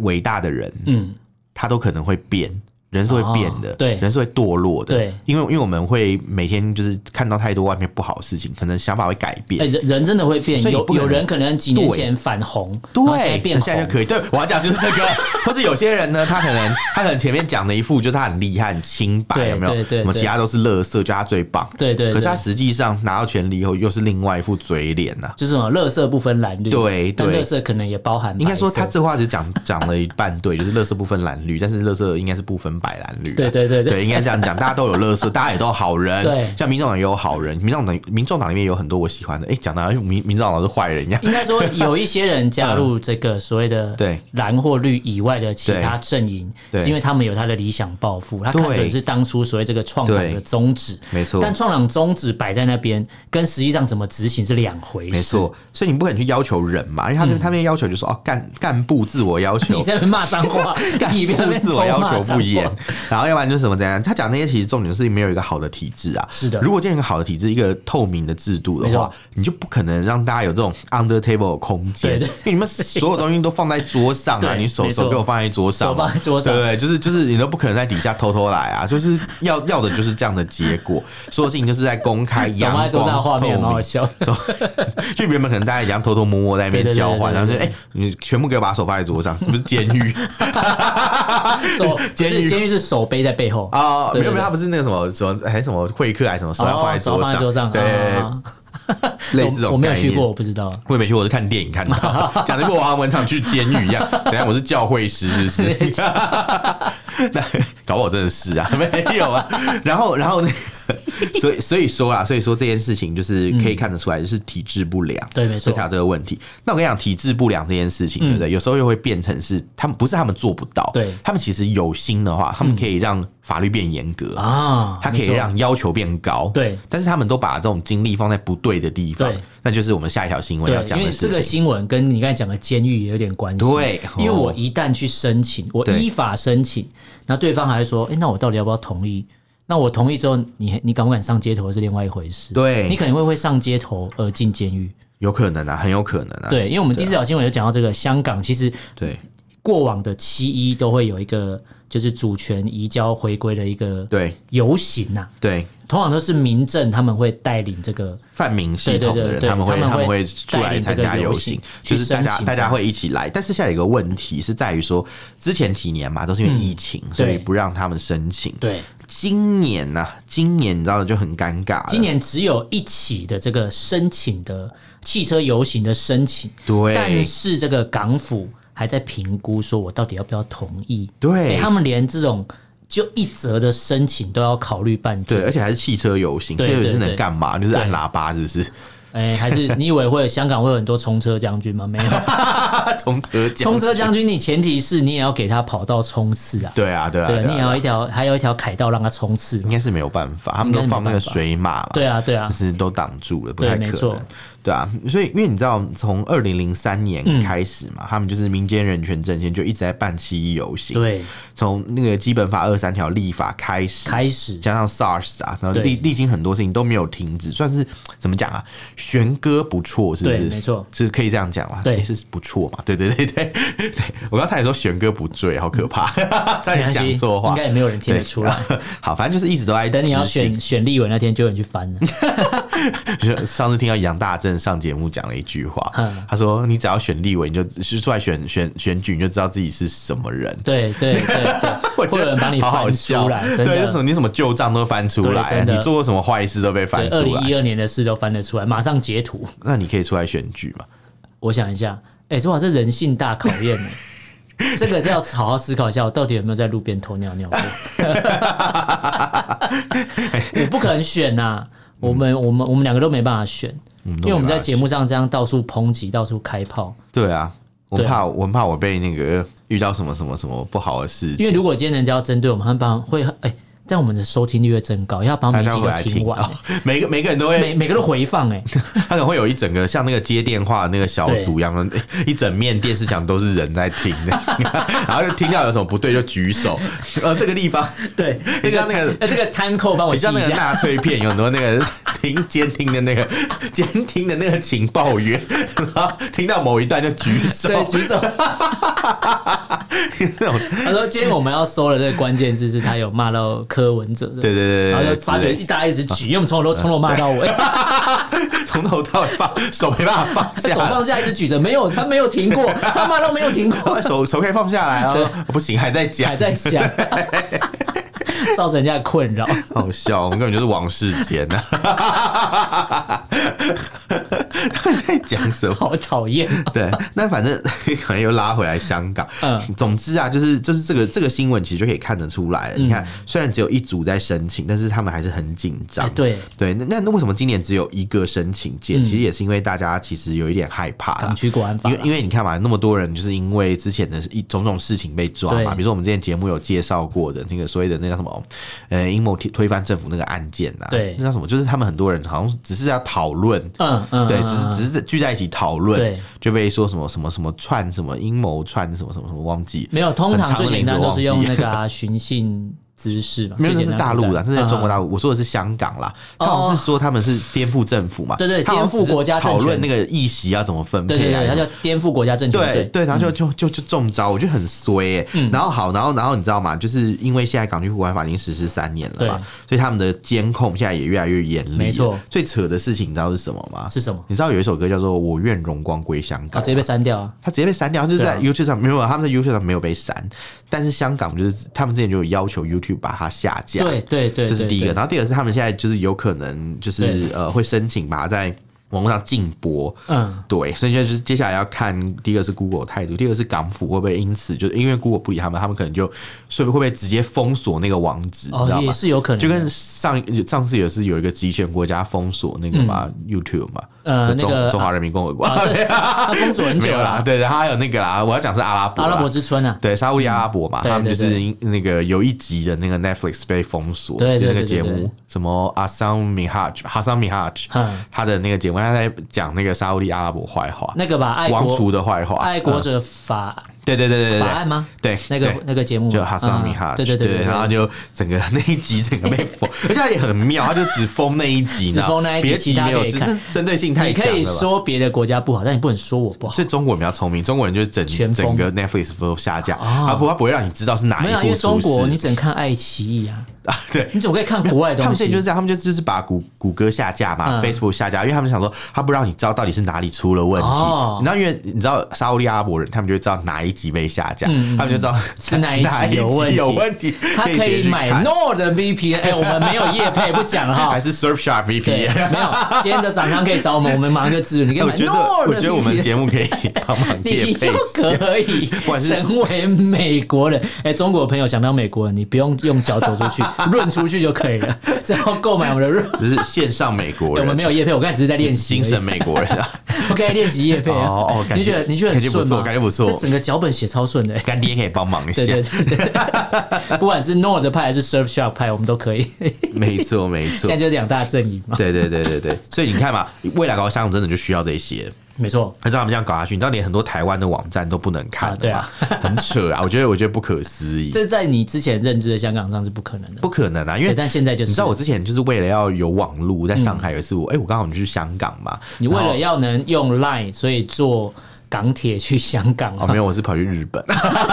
Speaker 1: 伟大的人，
Speaker 2: 嗯，
Speaker 1: 他都可能会变。人是会变的，
Speaker 2: 哦对
Speaker 1: 人是会堕落的，
Speaker 2: 对
Speaker 1: 因为因为我们会每天就是看到太多外面不好的事情，可能想法会改变，
Speaker 2: 哎、人人真的会变，
Speaker 1: 所以你
Speaker 2: 有
Speaker 1: 不可能
Speaker 2: 有人可能几年
Speaker 1: 对
Speaker 2: 前反红，
Speaker 1: 对，
Speaker 2: 然后现在变
Speaker 1: 现在
Speaker 2: 红
Speaker 1: 就，可以。对，我要讲就是这个， [laughs] 或者有些人呢，他可能他可能前面讲的一副就是他很厉害、很清白，
Speaker 2: 对
Speaker 1: 有没有？
Speaker 2: 对对
Speaker 1: 什么
Speaker 2: 对
Speaker 1: 其他都是垃圾，就他最棒。
Speaker 2: 对对对
Speaker 1: 可是他实际上拿到权力以后，又是另外一副嘴脸啊呐、
Speaker 2: 就是什么乐色不分蓝绿，
Speaker 1: 对
Speaker 2: 但
Speaker 1: 对
Speaker 2: 乐色可能也包含白色，
Speaker 1: 应该说，他这话只讲讲了一半对，就是乐色不分蓝绿，但是乐色应该是不分白蓝绿啊、
Speaker 2: 对对对对
Speaker 1: 对，应该这样讲，大家都有乐
Speaker 2: [laughs]
Speaker 1: 色，大家也都好人。
Speaker 2: 对
Speaker 1: 像民众党也有好人，民众党民众党里面有很多我喜欢的。哎、讲的好像民民众党是坏人一
Speaker 2: [laughs]
Speaker 1: 样。
Speaker 2: 应该说有一些人加入这个所谓的
Speaker 1: 对
Speaker 2: 蓝或绿以外的其他阵营，
Speaker 1: 对
Speaker 2: 是因为他们有他的理想抱负，他看
Speaker 1: 对
Speaker 2: 准是当初所谓这个创党
Speaker 1: 对
Speaker 2: 的宗旨，
Speaker 1: 没错
Speaker 2: 但创党宗旨摆在那边，跟实际上怎么执行是两回事。
Speaker 1: 没，错，所以你不可能去要求人嘛，因
Speaker 2: 嗯
Speaker 1: 为他这边、他们要求就是哦，干干部自我要求
Speaker 2: 你，在那边骂脏话， [laughs] 你在那边
Speaker 1: 自我
Speaker 2: 偷
Speaker 1: 要
Speaker 2: 骂
Speaker 1: 求
Speaker 2: 脏
Speaker 1: 不严
Speaker 2: [laughs] 话，
Speaker 1: 然后要不然就是什么怎样？他讲那些其实重点是没有一个好的体制啊。
Speaker 2: 是的
Speaker 1: 如果建立一个好的体制，一个透明的制度的
Speaker 2: 没
Speaker 1: 话
Speaker 2: 错，
Speaker 1: 你就不可能让大家有这种 under table 的空间，
Speaker 2: 对对
Speaker 1: 因为你们所有东西都放在桌上啊，
Speaker 2: [laughs] 对
Speaker 1: 你手
Speaker 2: 没错
Speaker 1: 手给我放在桌上嘛，
Speaker 2: 手放在桌上
Speaker 1: 对不对？就是就是你都不可能在底下偷偷来啊，就是要要的就是这样的结果，所有事情就是在公
Speaker 2: [laughs]
Speaker 1: 开
Speaker 2: 手
Speaker 1: 阳
Speaker 2: 放在
Speaker 1: 光
Speaker 2: 桌上的画
Speaker 1: 透
Speaker 2: 面蛮
Speaker 1: [laughs]
Speaker 2: 好
Speaker 1: 明。
Speaker 2: 笑的。
Speaker 1: 手就原本可能大家一样偷偷摸摸在那边
Speaker 2: 对对对
Speaker 1: 交换，
Speaker 2: 对对
Speaker 1: 然后就
Speaker 2: 对
Speaker 1: 哎、你全部给我把手放在桌上，不是监狱，
Speaker 2: 手
Speaker 1: 监狱
Speaker 2: 监狱是手背在背后
Speaker 1: 哦，
Speaker 2: 对
Speaker 1: 没有
Speaker 2: 对
Speaker 1: 没有，
Speaker 2: 对
Speaker 1: 他不是那个什么什么还是什么会客还是什么，手要放在
Speaker 2: 手
Speaker 1: 桌
Speaker 2: 放在
Speaker 1: 上，
Speaker 2: 桌上，
Speaker 1: 对，
Speaker 2: 啊
Speaker 1: 类似这种
Speaker 2: 我我没有
Speaker 1: 概
Speaker 2: 去
Speaker 1: 念
Speaker 2: 过，我不知道。
Speaker 1: 我也没去，我是看电影看
Speaker 2: [laughs]
Speaker 1: 到，讲的跟我好像文场去监狱一样，怎样？我是教会师是不是？ [laughs] 那搞不好真的是啊， [laughs] 没有啊。然后，然后那个， [laughs] 所以所以说啊，所以说这件事情就是可以看得出来，就是体质不良，
Speaker 2: 对没错嗯
Speaker 1: 所以才有这个问题。那我跟你讲，体质不良这件事情，对不对？有时候又会变成是他们不是他们做不到，
Speaker 2: 对嗯
Speaker 1: 他们其实有心的话，他们可以让法律变严格
Speaker 2: 啊，
Speaker 1: 它可以
Speaker 2: 没错
Speaker 1: 让要求变高，
Speaker 2: 对
Speaker 1: 但是他们都把这种精力放在不对的地方
Speaker 2: 对，
Speaker 1: 那就是我们下一条新闻要
Speaker 2: 对，
Speaker 1: 讲
Speaker 2: 因
Speaker 1: 的
Speaker 2: 为
Speaker 1: 事
Speaker 2: 这个
Speaker 1: 情。
Speaker 2: 新闻跟你刚才讲的监狱也有点关系。
Speaker 1: 对
Speaker 2: 因为
Speaker 1: 哦
Speaker 2: 我一旦去申请，我
Speaker 1: 对
Speaker 2: 依法申请，那对方还说，哎、那我到底要不要同意？那我同意之后，你你敢不敢上街头是另外一回事。
Speaker 1: 对
Speaker 2: 你可能会会上街头而进监狱。
Speaker 1: 有可能啊，很有可能啊。
Speaker 2: 对，因为我们第四条新闻有讲到这个香港，其实
Speaker 1: 对
Speaker 2: 过往的七一都会有一个就是主权移交回归的一个
Speaker 1: 对
Speaker 2: 游行呐、
Speaker 1: 对，
Speaker 2: 通常都是民政他们会带领这个
Speaker 1: 泛民系统的
Speaker 2: 对对对
Speaker 1: 人，
Speaker 2: 对
Speaker 1: 他们会
Speaker 2: 他们会
Speaker 1: 他们会出来参加游行，
Speaker 2: 带
Speaker 1: 就
Speaker 2: 领这个游行
Speaker 1: 是大家
Speaker 2: 去申请
Speaker 1: 大家会一起来。但是现在有一个问题是在于说，之前几年嘛都是因为疫情，所以不让他们申请。
Speaker 2: 对。
Speaker 1: 今年呢、今年你知道就很尴尬了。
Speaker 2: 今年只有一起的这个申请的汽车游行的申请，
Speaker 1: 对
Speaker 2: 但是这个港府还在评估，说我到底要不要同意？
Speaker 1: 对
Speaker 2: 诶他们连这种就一则的申请都要考虑半
Speaker 1: 对，
Speaker 2: 天。
Speaker 1: 而且还是汽车游行，
Speaker 2: 对
Speaker 1: 这个
Speaker 2: 对
Speaker 1: 是能
Speaker 2: 对
Speaker 1: 干嘛？就是按
Speaker 2: 对
Speaker 1: 喇叭，是不是？ [laughs]
Speaker 2: 哎、还是你以为会有香港会有很多冲车将军吗？
Speaker 1: [laughs]
Speaker 2: 没有，
Speaker 1: 从车讲
Speaker 2: 冲车将军，你前提是你也要给他跑道冲刺啊。
Speaker 1: 对啊，对啊，
Speaker 2: 对，你也
Speaker 1: 啊
Speaker 2: 要一条，还有一条凯道让他冲刺
Speaker 1: 应
Speaker 2: 嘛。
Speaker 1: 该是没有办法，他们都放那个水马嘛，
Speaker 2: 对啊，对啊
Speaker 1: 就，是都挡住了，不太
Speaker 2: 对没
Speaker 1: 可
Speaker 2: 错
Speaker 1: 能。对啊，所以因为你知道，从二零零三年开始
Speaker 2: 嗯
Speaker 1: 嘛，他们就是民间人权阵线就一直在办七一游行，
Speaker 2: 对，
Speaker 1: 从那个基本法二三条立法开始，
Speaker 2: 开始
Speaker 1: 加上 SARS 啊，然后
Speaker 2: 对
Speaker 1: 历历经很多事情都没有停止，算是怎么讲啊？弦歌不错，是不是？
Speaker 2: 对没错
Speaker 1: 是可以这样讲吧？
Speaker 2: 对
Speaker 1: 也是不错嘛。对对对对对，我刚才也说弦歌不醉，好可怕，
Speaker 2: 嗯
Speaker 1: [laughs] 差点讲错话
Speaker 2: 应。该也没有人听得出来。
Speaker 1: [laughs] 好，反正就是一直都在
Speaker 2: 等你要
Speaker 1: 执行
Speaker 2: 选选立委那天，就有人去翻了。
Speaker 1: 就是 [laughs] 上次听到杨大正上节目讲了一句话
Speaker 2: 嗯，
Speaker 1: 他说：“你只要选立委，你就是出来选选选举，你就知道自己是什么人。
Speaker 2: 对对对
Speaker 1: [laughs]
Speaker 2: 对，
Speaker 1: 我
Speaker 2: [laughs] 会
Speaker 1: 觉
Speaker 2: 有人
Speaker 1: 得
Speaker 2: 把你
Speaker 1: 好好
Speaker 2: 翻
Speaker 1: 笑
Speaker 2: 出来，真
Speaker 1: 对，就是什么
Speaker 2: 的。
Speaker 1: 你什么旧账都翻出
Speaker 2: 对
Speaker 1: 来，
Speaker 2: 真的
Speaker 1: 你做过什么坏事都被翻啊
Speaker 2: 二
Speaker 1: 出
Speaker 2: 零一
Speaker 1: 来，
Speaker 2: 二年的事都翻得出来，马上截图。
Speaker 1: 那你可以出来选举嘛？
Speaker 2: 我想一下，哎、这哇，这人性大考验呢、这个是要好好思考一下，我到底有没有在路边偷尿尿过？ [laughs] 我不可能选呐、我们我们我们两个都没办法选，
Speaker 1: 嗯
Speaker 2: 因为我们在节目上这样到处抨击、到处开炮。
Speaker 1: 对啊，我
Speaker 2: 对啊
Speaker 1: 怕我很怕我被那个遇到什么什么什么不好的事
Speaker 2: 因为
Speaker 1: 情，
Speaker 2: 如果今天人家要针对我们，他们帮会哎、这样我们的收听率会增高，要把每
Speaker 1: 大
Speaker 2: 集
Speaker 1: 家
Speaker 2: 都
Speaker 1: 回来
Speaker 2: 听
Speaker 1: 听
Speaker 2: 完、
Speaker 1: 哦， [laughs] 每个每个人都会，
Speaker 2: 每每个都回放哎、
Speaker 1: 他可能会有一整个像那个接电话的那个小组一样， [laughs] 一整面电视墙都是人在听的， [laughs] 然后就听到有什么不对就举手， [laughs] 呃，这个地方。”
Speaker 2: [laughs] 对，
Speaker 1: 就像那个
Speaker 2: 那这个 time code 帮我
Speaker 1: 很
Speaker 2: 记一
Speaker 1: 像那个
Speaker 2: 下。
Speaker 1: 纳粹片，有很多那个听监听的那个 [laughs] 监听的那个情报员，然后听到某一段就举手，
Speaker 2: 对，举手。
Speaker 1: 那种
Speaker 2: 他说：“今天我们要搜的这个关键字是他有骂到柯文哲的，
Speaker 1: 对对对
Speaker 2: 然
Speaker 1: 对
Speaker 2: 后
Speaker 1: 对，
Speaker 2: 就发觉 [laughs]
Speaker 1: 之
Speaker 2: 一大家一直举，因为我们哎从头从头骂到尾，
Speaker 1: 类从头到尾放手没办法放
Speaker 2: 他手
Speaker 1: 下。
Speaker 2: 放下一直举着，没有他没有停过，他骂到没有停过，
Speaker 1: 手手可以放下来，然后说哦不行，还在讲
Speaker 2: 还，在讲，造成人家的困扰。
Speaker 1: 好笑，我们根本就是王世坚呐！他啊 [laughs] 在讲什么？
Speaker 2: 好讨厌。啊
Speaker 1: 对，那反正可能又拉回来香港。
Speaker 2: 嗯
Speaker 1: 总之啊，就是就是这个这个新闻其实就可以看得出
Speaker 2: 嗯
Speaker 1: 来了。你看，虽然只有一组在申请，但是他们还是很紧张。
Speaker 2: 哎对
Speaker 1: 对，那那那为什么今年只有一个申请件？
Speaker 2: 嗯啊
Speaker 1: 其实也是因为大家其实有一点害怕啦
Speaker 2: 港区国安法
Speaker 1: 因
Speaker 2: 啦
Speaker 1: 为因为你看嘛，那么多人就是因为之前的一种种事情被抓嘛，
Speaker 2: 对
Speaker 1: 比如说我们之前节目有介绍过的那个所谓的那叫什么，呃，阴谋推推翻政府那个案件呐、
Speaker 2: 对
Speaker 1: 那叫什么？就是他们很多人好像只是要讨论，
Speaker 2: 嗯嗯，
Speaker 1: 对，
Speaker 2: 嗯
Speaker 1: 只是只是聚在一起讨论
Speaker 2: 对，
Speaker 1: 就被说什么什么什么串什么阴谋串什么什么什么忘记，
Speaker 2: 没有。通常最简单都是用那
Speaker 1: 很长的名字我忘记。
Speaker 2: 个啊寻衅滋事嘛，
Speaker 1: 没有，那
Speaker 2: 最简
Speaker 1: 是
Speaker 2: 单
Speaker 1: 大陆的，那是在中国大
Speaker 2: 陆。嗯
Speaker 1: 陆。我说的是香港啦，他
Speaker 2: 哦
Speaker 1: 好像是说他们是颠覆政府嘛，
Speaker 2: 对对
Speaker 1: 他好像
Speaker 2: 颠覆国家
Speaker 1: 只是
Speaker 2: 政
Speaker 1: 讨
Speaker 2: 权
Speaker 1: 论那个议席要怎么分
Speaker 2: 对对
Speaker 1: 配啊
Speaker 2: 对，，他叫颠覆国家政权
Speaker 1: 对
Speaker 2: 罪。
Speaker 1: 对，然后就就就就中招，我觉得很衰哎、
Speaker 2: 嗯
Speaker 1: 然后好，然后然后你知道吗？就是因为现在港区国安法已经实施三年了嘛，所以他们的监控现在也越来越严厉。
Speaker 2: 没错，
Speaker 1: 最扯的事情你知道是什么吗？
Speaker 2: 是什么
Speaker 1: 你知道有一首歌叫做《我愿荣光归香
Speaker 2: 啊，
Speaker 1: 港》
Speaker 2: 直接被删掉啊。
Speaker 1: 他直接被删掉，就是在
Speaker 2: 对啊
Speaker 1: YouTube 上没有，他们在 YouTube 上没有被删，但是香港就是他们之前就有要求 YouTube 把它下架，
Speaker 2: 对对对，
Speaker 1: 这是第一个。
Speaker 2: 对
Speaker 1: 然后第二个是他们现在就是有可能就是
Speaker 2: 对
Speaker 1: 呃会申请把它在网络上禁播。
Speaker 2: 嗯，
Speaker 1: 对，所以现在就是接下来要看，第一个是 Google 态度，第二个是港府会不会因此就是因为 Google 不理他们，他们可能就所以会不会直接封锁那个网址，你知道
Speaker 2: 哦，也
Speaker 1: 吗？
Speaker 2: 是有可能的，
Speaker 1: 就跟上上次也是有一个集权国家封锁那个嘛、YouTube 嘛，
Speaker 2: 嗯呃那
Speaker 1: 中
Speaker 2: 个
Speaker 1: 中华人民共和国、
Speaker 2: 啊对他封锁很
Speaker 1: [laughs] 没
Speaker 2: 久
Speaker 1: 有啦，
Speaker 2: 了，
Speaker 1: 对，然后还有那个啦，我要讲是阿拉伯
Speaker 2: 阿
Speaker 1: 啦，
Speaker 2: 拉伯之春啊，
Speaker 1: 对沙乌地阿拉伯嘛，
Speaker 2: 对
Speaker 1: 他们就
Speaker 2: 对
Speaker 1: 是那个有一集的那个 Netflix 被封锁，
Speaker 2: 对对
Speaker 1: 就那个
Speaker 2: 对对
Speaker 1: 节
Speaker 2: 对
Speaker 1: 目什么阿桑米哈哈桑米哈
Speaker 2: 嗯
Speaker 1: 他的那个节目，他在讲那个沙乌地阿拉伯坏话，
Speaker 2: 那个吧，爱
Speaker 1: 王储
Speaker 2: 国
Speaker 1: 的坏话，
Speaker 2: 爱国
Speaker 1: 嗯
Speaker 2: 者法
Speaker 1: 对对对对对
Speaker 2: 法
Speaker 1: 对
Speaker 2: 案吗？
Speaker 1: 对，
Speaker 2: 那个
Speaker 1: 对
Speaker 2: 那个节目嘛
Speaker 1: 就哈桑米
Speaker 2: 嗯
Speaker 1: 哈，
Speaker 2: 对对
Speaker 1: 对
Speaker 2: 对
Speaker 1: 然后就整个那一集整个被封， [laughs] 而且他也很妙，他就只封那一集，你知道
Speaker 2: 只封那一集
Speaker 1: 别
Speaker 2: 其
Speaker 1: 集
Speaker 2: 他
Speaker 1: 没有
Speaker 2: 可以
Speaker 1: 事，
Speaker 2: 看
Speaker 1: 那针对性太
Speaker 2: 你
Speaker 1: 强
Speaker 2: 可以
Speaker 1: 了吧。
Speaker 2: 说别的国家不好，但你不能说我不好。
Speaker 1: 所以中国人比较聪明，中国人就是整
Speaker 2: 全
Speaker 1: 整
Speaker 2: 封哦
Speaker 1: 个 Netflix 都下架，他不他不会让你知道是哪
Speaker 2: 没
Speaker 1: 一
Speaker 2: 有啊，因
Speaker 1: 部
Speaker 2: 为中
Speaker 1: 出
Speaker 2: 国你
Speaker 1: 事
Speaker 2: 只能看爱奇艺啊，
Speaker 1: 啊， [laughs] 对。
Speaker 2: 你怎么可以看国外的
Speaker 1: 他
Speaker 2: 东
Speaker 1: 们现在
Speaker 2: 西？
Speaker 1: 就是这样，他们就就是把谷谷歌下架嘛、
Speaker 2: 嗯
Speaker 1: f a c e b o o k 下架，因为他们想说，他不让你知道到底是哪里出了问题。
Speaker 2: 哦
Speaker 1: 然后因为你知道沙乌地阿拉伯人，他们就会知道哪一集被下架，他们就知道
Speaker 2: 嗯是哪一集
Speaker 1: 哪一
Speaker 2: 有问
Speaker 1: 集
Speaker 2: 题
Speaker 1: 有问题，
Speaker 2: 他
Speaker 1: 可以
Speaker 2: 可
Speaker 1: 直接
Speaker 2: 以
Speaker 1: 去
Speaker 2: 买
Speaker 1: 看
Speaker 2: Nord 的 VPN，哎，我们没有业配，不讲了
Speaker 1: [laughs] 还
Speaker 2: 哈。
Speaker 1: 是 Surfshark [laughs]
Speaker 2: 对，
Speaker 1: VPN。
Speaker 2: 没有，今天的厂商可以找我们，我们马上就资助你。可以
Speaker 1: 哎我
Speaker 2: 买
Speaker 1: 觉得，我
Speaker 2: Nord
Speaker 1: 觉
Speaker 2: 的
Speaker 1: 得我们
Speaker 2: VPN，
Speaker 1: 节目可以帮忙
Speaker 2: [laughs] 你
Speaker 1: 业配
Speaker 2: 就
Speaker 1: 一下。[laughs]
Speaker 2: 可以
Speaker 1: 管是
Speaker 2: 成为美国人。哎，中国朋友想当美国人，你不用用脚走出
Speaker 1: [laughs]
Speaker 2: 去，润出去就可以了，只要购买我们的润。
Speaker 1: 只是线上美国
Speaker 2: 哎我
Speaker 1: 人
Speaker 2: 们，没有业配，我刚才只是在练习而已。
Speaker 1: 精神美国人 [laughs] 啊，
Speaker 2: OK，练习业配啊。
Speaker 1: 哦哦感觉
Speaker 2: 你觉得你觉得
Speaker 1: 感
Speaker 2: 很
Speaker 1: 觉不
Speaker 2: 顺
Speaker 1: 错
Speaker 2: 吗？
Speaker 1: 感觉不错
Speaker 2: 这整个脚本写超顺的、欸。
Speaker 1: 干爹可以帮忙一下
Speaker 2: 对。对对
Speaker 1: [laughs]
Speaker 2: 对，不管是 Nord 派还是 Surfshark 派，我们都可以。
Speaker 1: 没错，没错
Speaker 2: 现在。就两大阵营嘛。
Speaker 1: 对对对对对，所以你看嘛，未来高项目真的就需要这些。
Speaker 2: 没错，
Speaker 1: 按照他们这样搞下去，你知道连很多台湾的网站都不能看
Speaker 2: 啊对
Speaker 1: 的嘛，
Speaker 2: 啊
Speaker 1: [laughs] 很扯啊！我觉得我觉得不可思议，
Speaker 2: 这在你之前认知的香港上是不可能的。
Speaker 1: 不可能啊！因
Speaker 2: 对，
Speaker 1: 为
Speaker 2: 但现在就是嗯
Speaker 1: 你知道我之前就是为了要有网路，在上海有一次我哎、我刚好去香港嘛，
Speaker 2: 你为
Speaker 1: 然后
Speaker 2: 了要能用 Line，所以坐港铁去香港
Speaker 1: 哦
Speaker 2: 嘛，
Speaker 1: 没有，我是跑去日本， [laughs]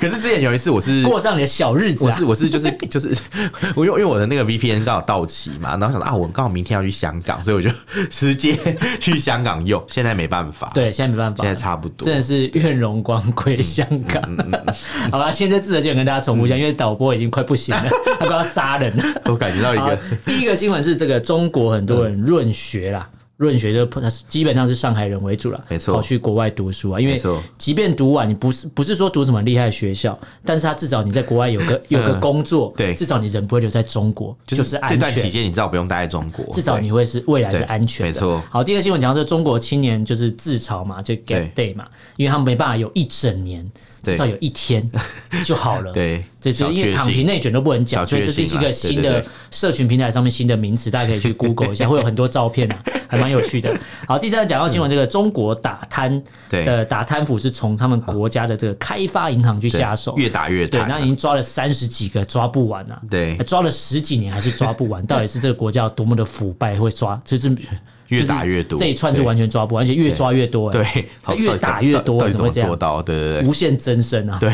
Speaker 1: 可是之前有一次我是
Speaker 2: 过上你的小日子
Speaker 1: 我
Speaker 2: 啊
Speaker 1: 是。我是就是就是 [laughs] 我因为因为我的那个 VPN 刚好到期嘛，然后想说啊，我刚好明天要去香港，所以我就直接去香港用。现在没办法，，
Speaker 2: 对，现在没办法
Speaker 1: 现在。差不多嗯
Speaker 2: 真。的是愿荣光归香港， [laughs] 好吧？现在自责就跟大家重复一下，因为导播已经快不
Speaker 1: [laughs]
Speaker 2: 行了，他快要杀人了。
Speaker 1: 我感觉到一
Speaker 2: 好
Speaker 1: 个，
Speaker 2: 第一个新闻是这个中国很多人润学啦。润学这个基本上是上海人为主了，
Speaker 1: 嗯没错
Speaker 2: 跑去国外读书啊，因
Speaker 1: 没
Speaker 2: 为
Speaker 1: 错
Speaker 2: 即便读完，你不是不是说读什么厉害的学校，但是他至少你在国外有个有个工作，
Speaker 1: 嗯对
Speaker 2: 至少你人不会留在中国，
Speaker 1: 就
Speaker 2: 就是是
Speaker 1: 这
Speaker 2: 安
Speaker 1: 段期
Speaker 2: 全。
Speaker 1: 间你至少不用待在中国，
Speaker 2: 至少
Speaker 1: 对
Speaker 2: 你会是未来是
Speaker 1: 对
Speaker 2: 安全
Speaker 1: 没
Speaker 2: 的，
Speaker 1: 错
Speaker 2: 好，第二个新闻讲到是中国青年就是自嘲嘛，就 gap day 嘛，因为他们没办法有一整年，
Speaker 1: 对
Speaker 2: 至少有一天就好了。
Speaker 1: [laughs] 对
Speaker 2: 这就
Speaker 1: 小
Speaker 2: 因为
Speaker 1: 确
Speaker 2: 躺
Speaker 1: 幸
Speaker 2: 平内卷都不能讲，
Speaker 1: 小
Speaker 2: 所以
Speaker 1: 确
Speaker 2: 这是
Speaker 1: 幸
Speaker 2: 一
Speaker 1: 啦
Speaker 2: 个新
Speaker 1: 对对
Speaker 2: 的
Speaker 1: 对
Speaker 2: 社群平台上面新的名词，大家
Speaker 1: [laughs]
Speaker 2: 可以去 Google 一下，会有很多照片啊，还蛮有趣的。好，第三个讲到新闻，这个中国打贪
Speaker 1: 对
Speaker 2: 的打贪腐是从他们国家的这个开发银行去
Speaker 1: 对
Speaker 2: 下手，
Speaker 1: 越打越
Speaker 2: 对，
Speaker 1: 大。
Speaker 2: 那已经抓了三十几个，抓不完啊！
Speaker 1: 对
Speaker 2: 抓了十几年还是抓不完，到底是这个国家有多么的腐败，会抓，就是
Speaker 1: [laughs] 越打越
Speaker 2: 就
Speaker 1: 多
Speaker 2: 是这一串是完全抓不完，而且越抓越多、欸，
Speaker 1: 对，
Speaker 2: 它
Speaker 1: 到底
Speaker 2: 越
Speaker 1: 怎么
Speaker 2: 打越
Speaker 1: 到
Speaker 2: 多，
Speaker 1: 到底
Speaker 2: 怎
Speaker 1: 怎
Speaker 2: 么
Speaker 1: 么
Speaker 2: 会这
Speaker 1: 做
Speaker 2: 样？
Speaker 1: 到？对对对
Speaker 2: 无限增生
Speaker 1: [laughs]
Speaker 2: 啊！
Speaker 1: 对，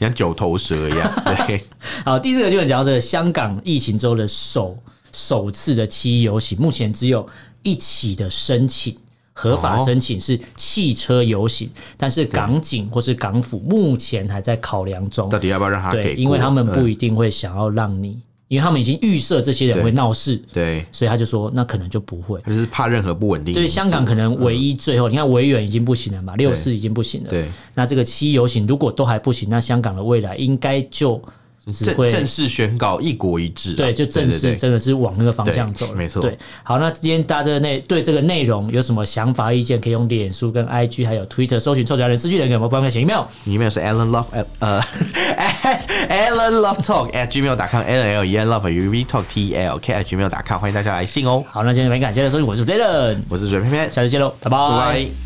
Speaker 1: 像九头蛇
Speaker 2: [laughs]
Speaker 1: 一样。对，
Speaker 2: 好，第四个就是讲到这个香港疫情之后的首首次的七一游行，目前只有一起的申请。合法
Speaker 1: 哦
Speaker 2: 申请是汽车游行，但是港警或是港府目前还在考量中。
Speaker 1: 到底要不要让他
Speaker 2: 对，
Speaker 1: 给过？
Speaker 2: 因为他们不
Speaker 1: 嗯
Speaker 2: 一定会想要让你，因为他们已经预设这些人
Speaker 1: 对
Speaker 2: 会闹事，
Speaker 1: 对，
Speaker 2: 所以他就说那可能就不会。
Speaker 1: 他就是怕任何不稳定因素。
Speaker 2: 所以香港可能唯一最后，你看维园已经不行了嘛，六四已经不行了，
Speaker 1: 嗯对，
Speaker 2: 那这个七游行如果都还不行，那香港的未来应该就只
Speaker 1: 正
Speaker 2: 会
Speaker 1: 正式宣告一国一制啊。
Speaker 2: 对，就正
Speaker 1: 对
Speaker 2: 式
Speaker 1: 对
Speaker 2: 真的是往那个方向走
Speaker 1: 对
Speaker 2: 了，
Speaker 1: 没错
Speaker 2: 对，好，那今天大家这个内对这个内容有什么想法、意见，可以用脸书跟 IG 还有 Twitter 搜寻“臭脚人失去人”给我们帮个写 email。
Speaker 1: 你 email 是 Alan Love 呃呃 [laughs] Alan Love Talk at gmail.com，Alan L E N Love U V Talk T E L K at gmail.com，欢迎大家来信哦。
Speaker 2: 好，那今天非常感谢的收听，我是 Dylan，
Speaker 1: 我是水偏偏，
Speaker 2: 下次见喽，拜
Speaker 1: 拜拜。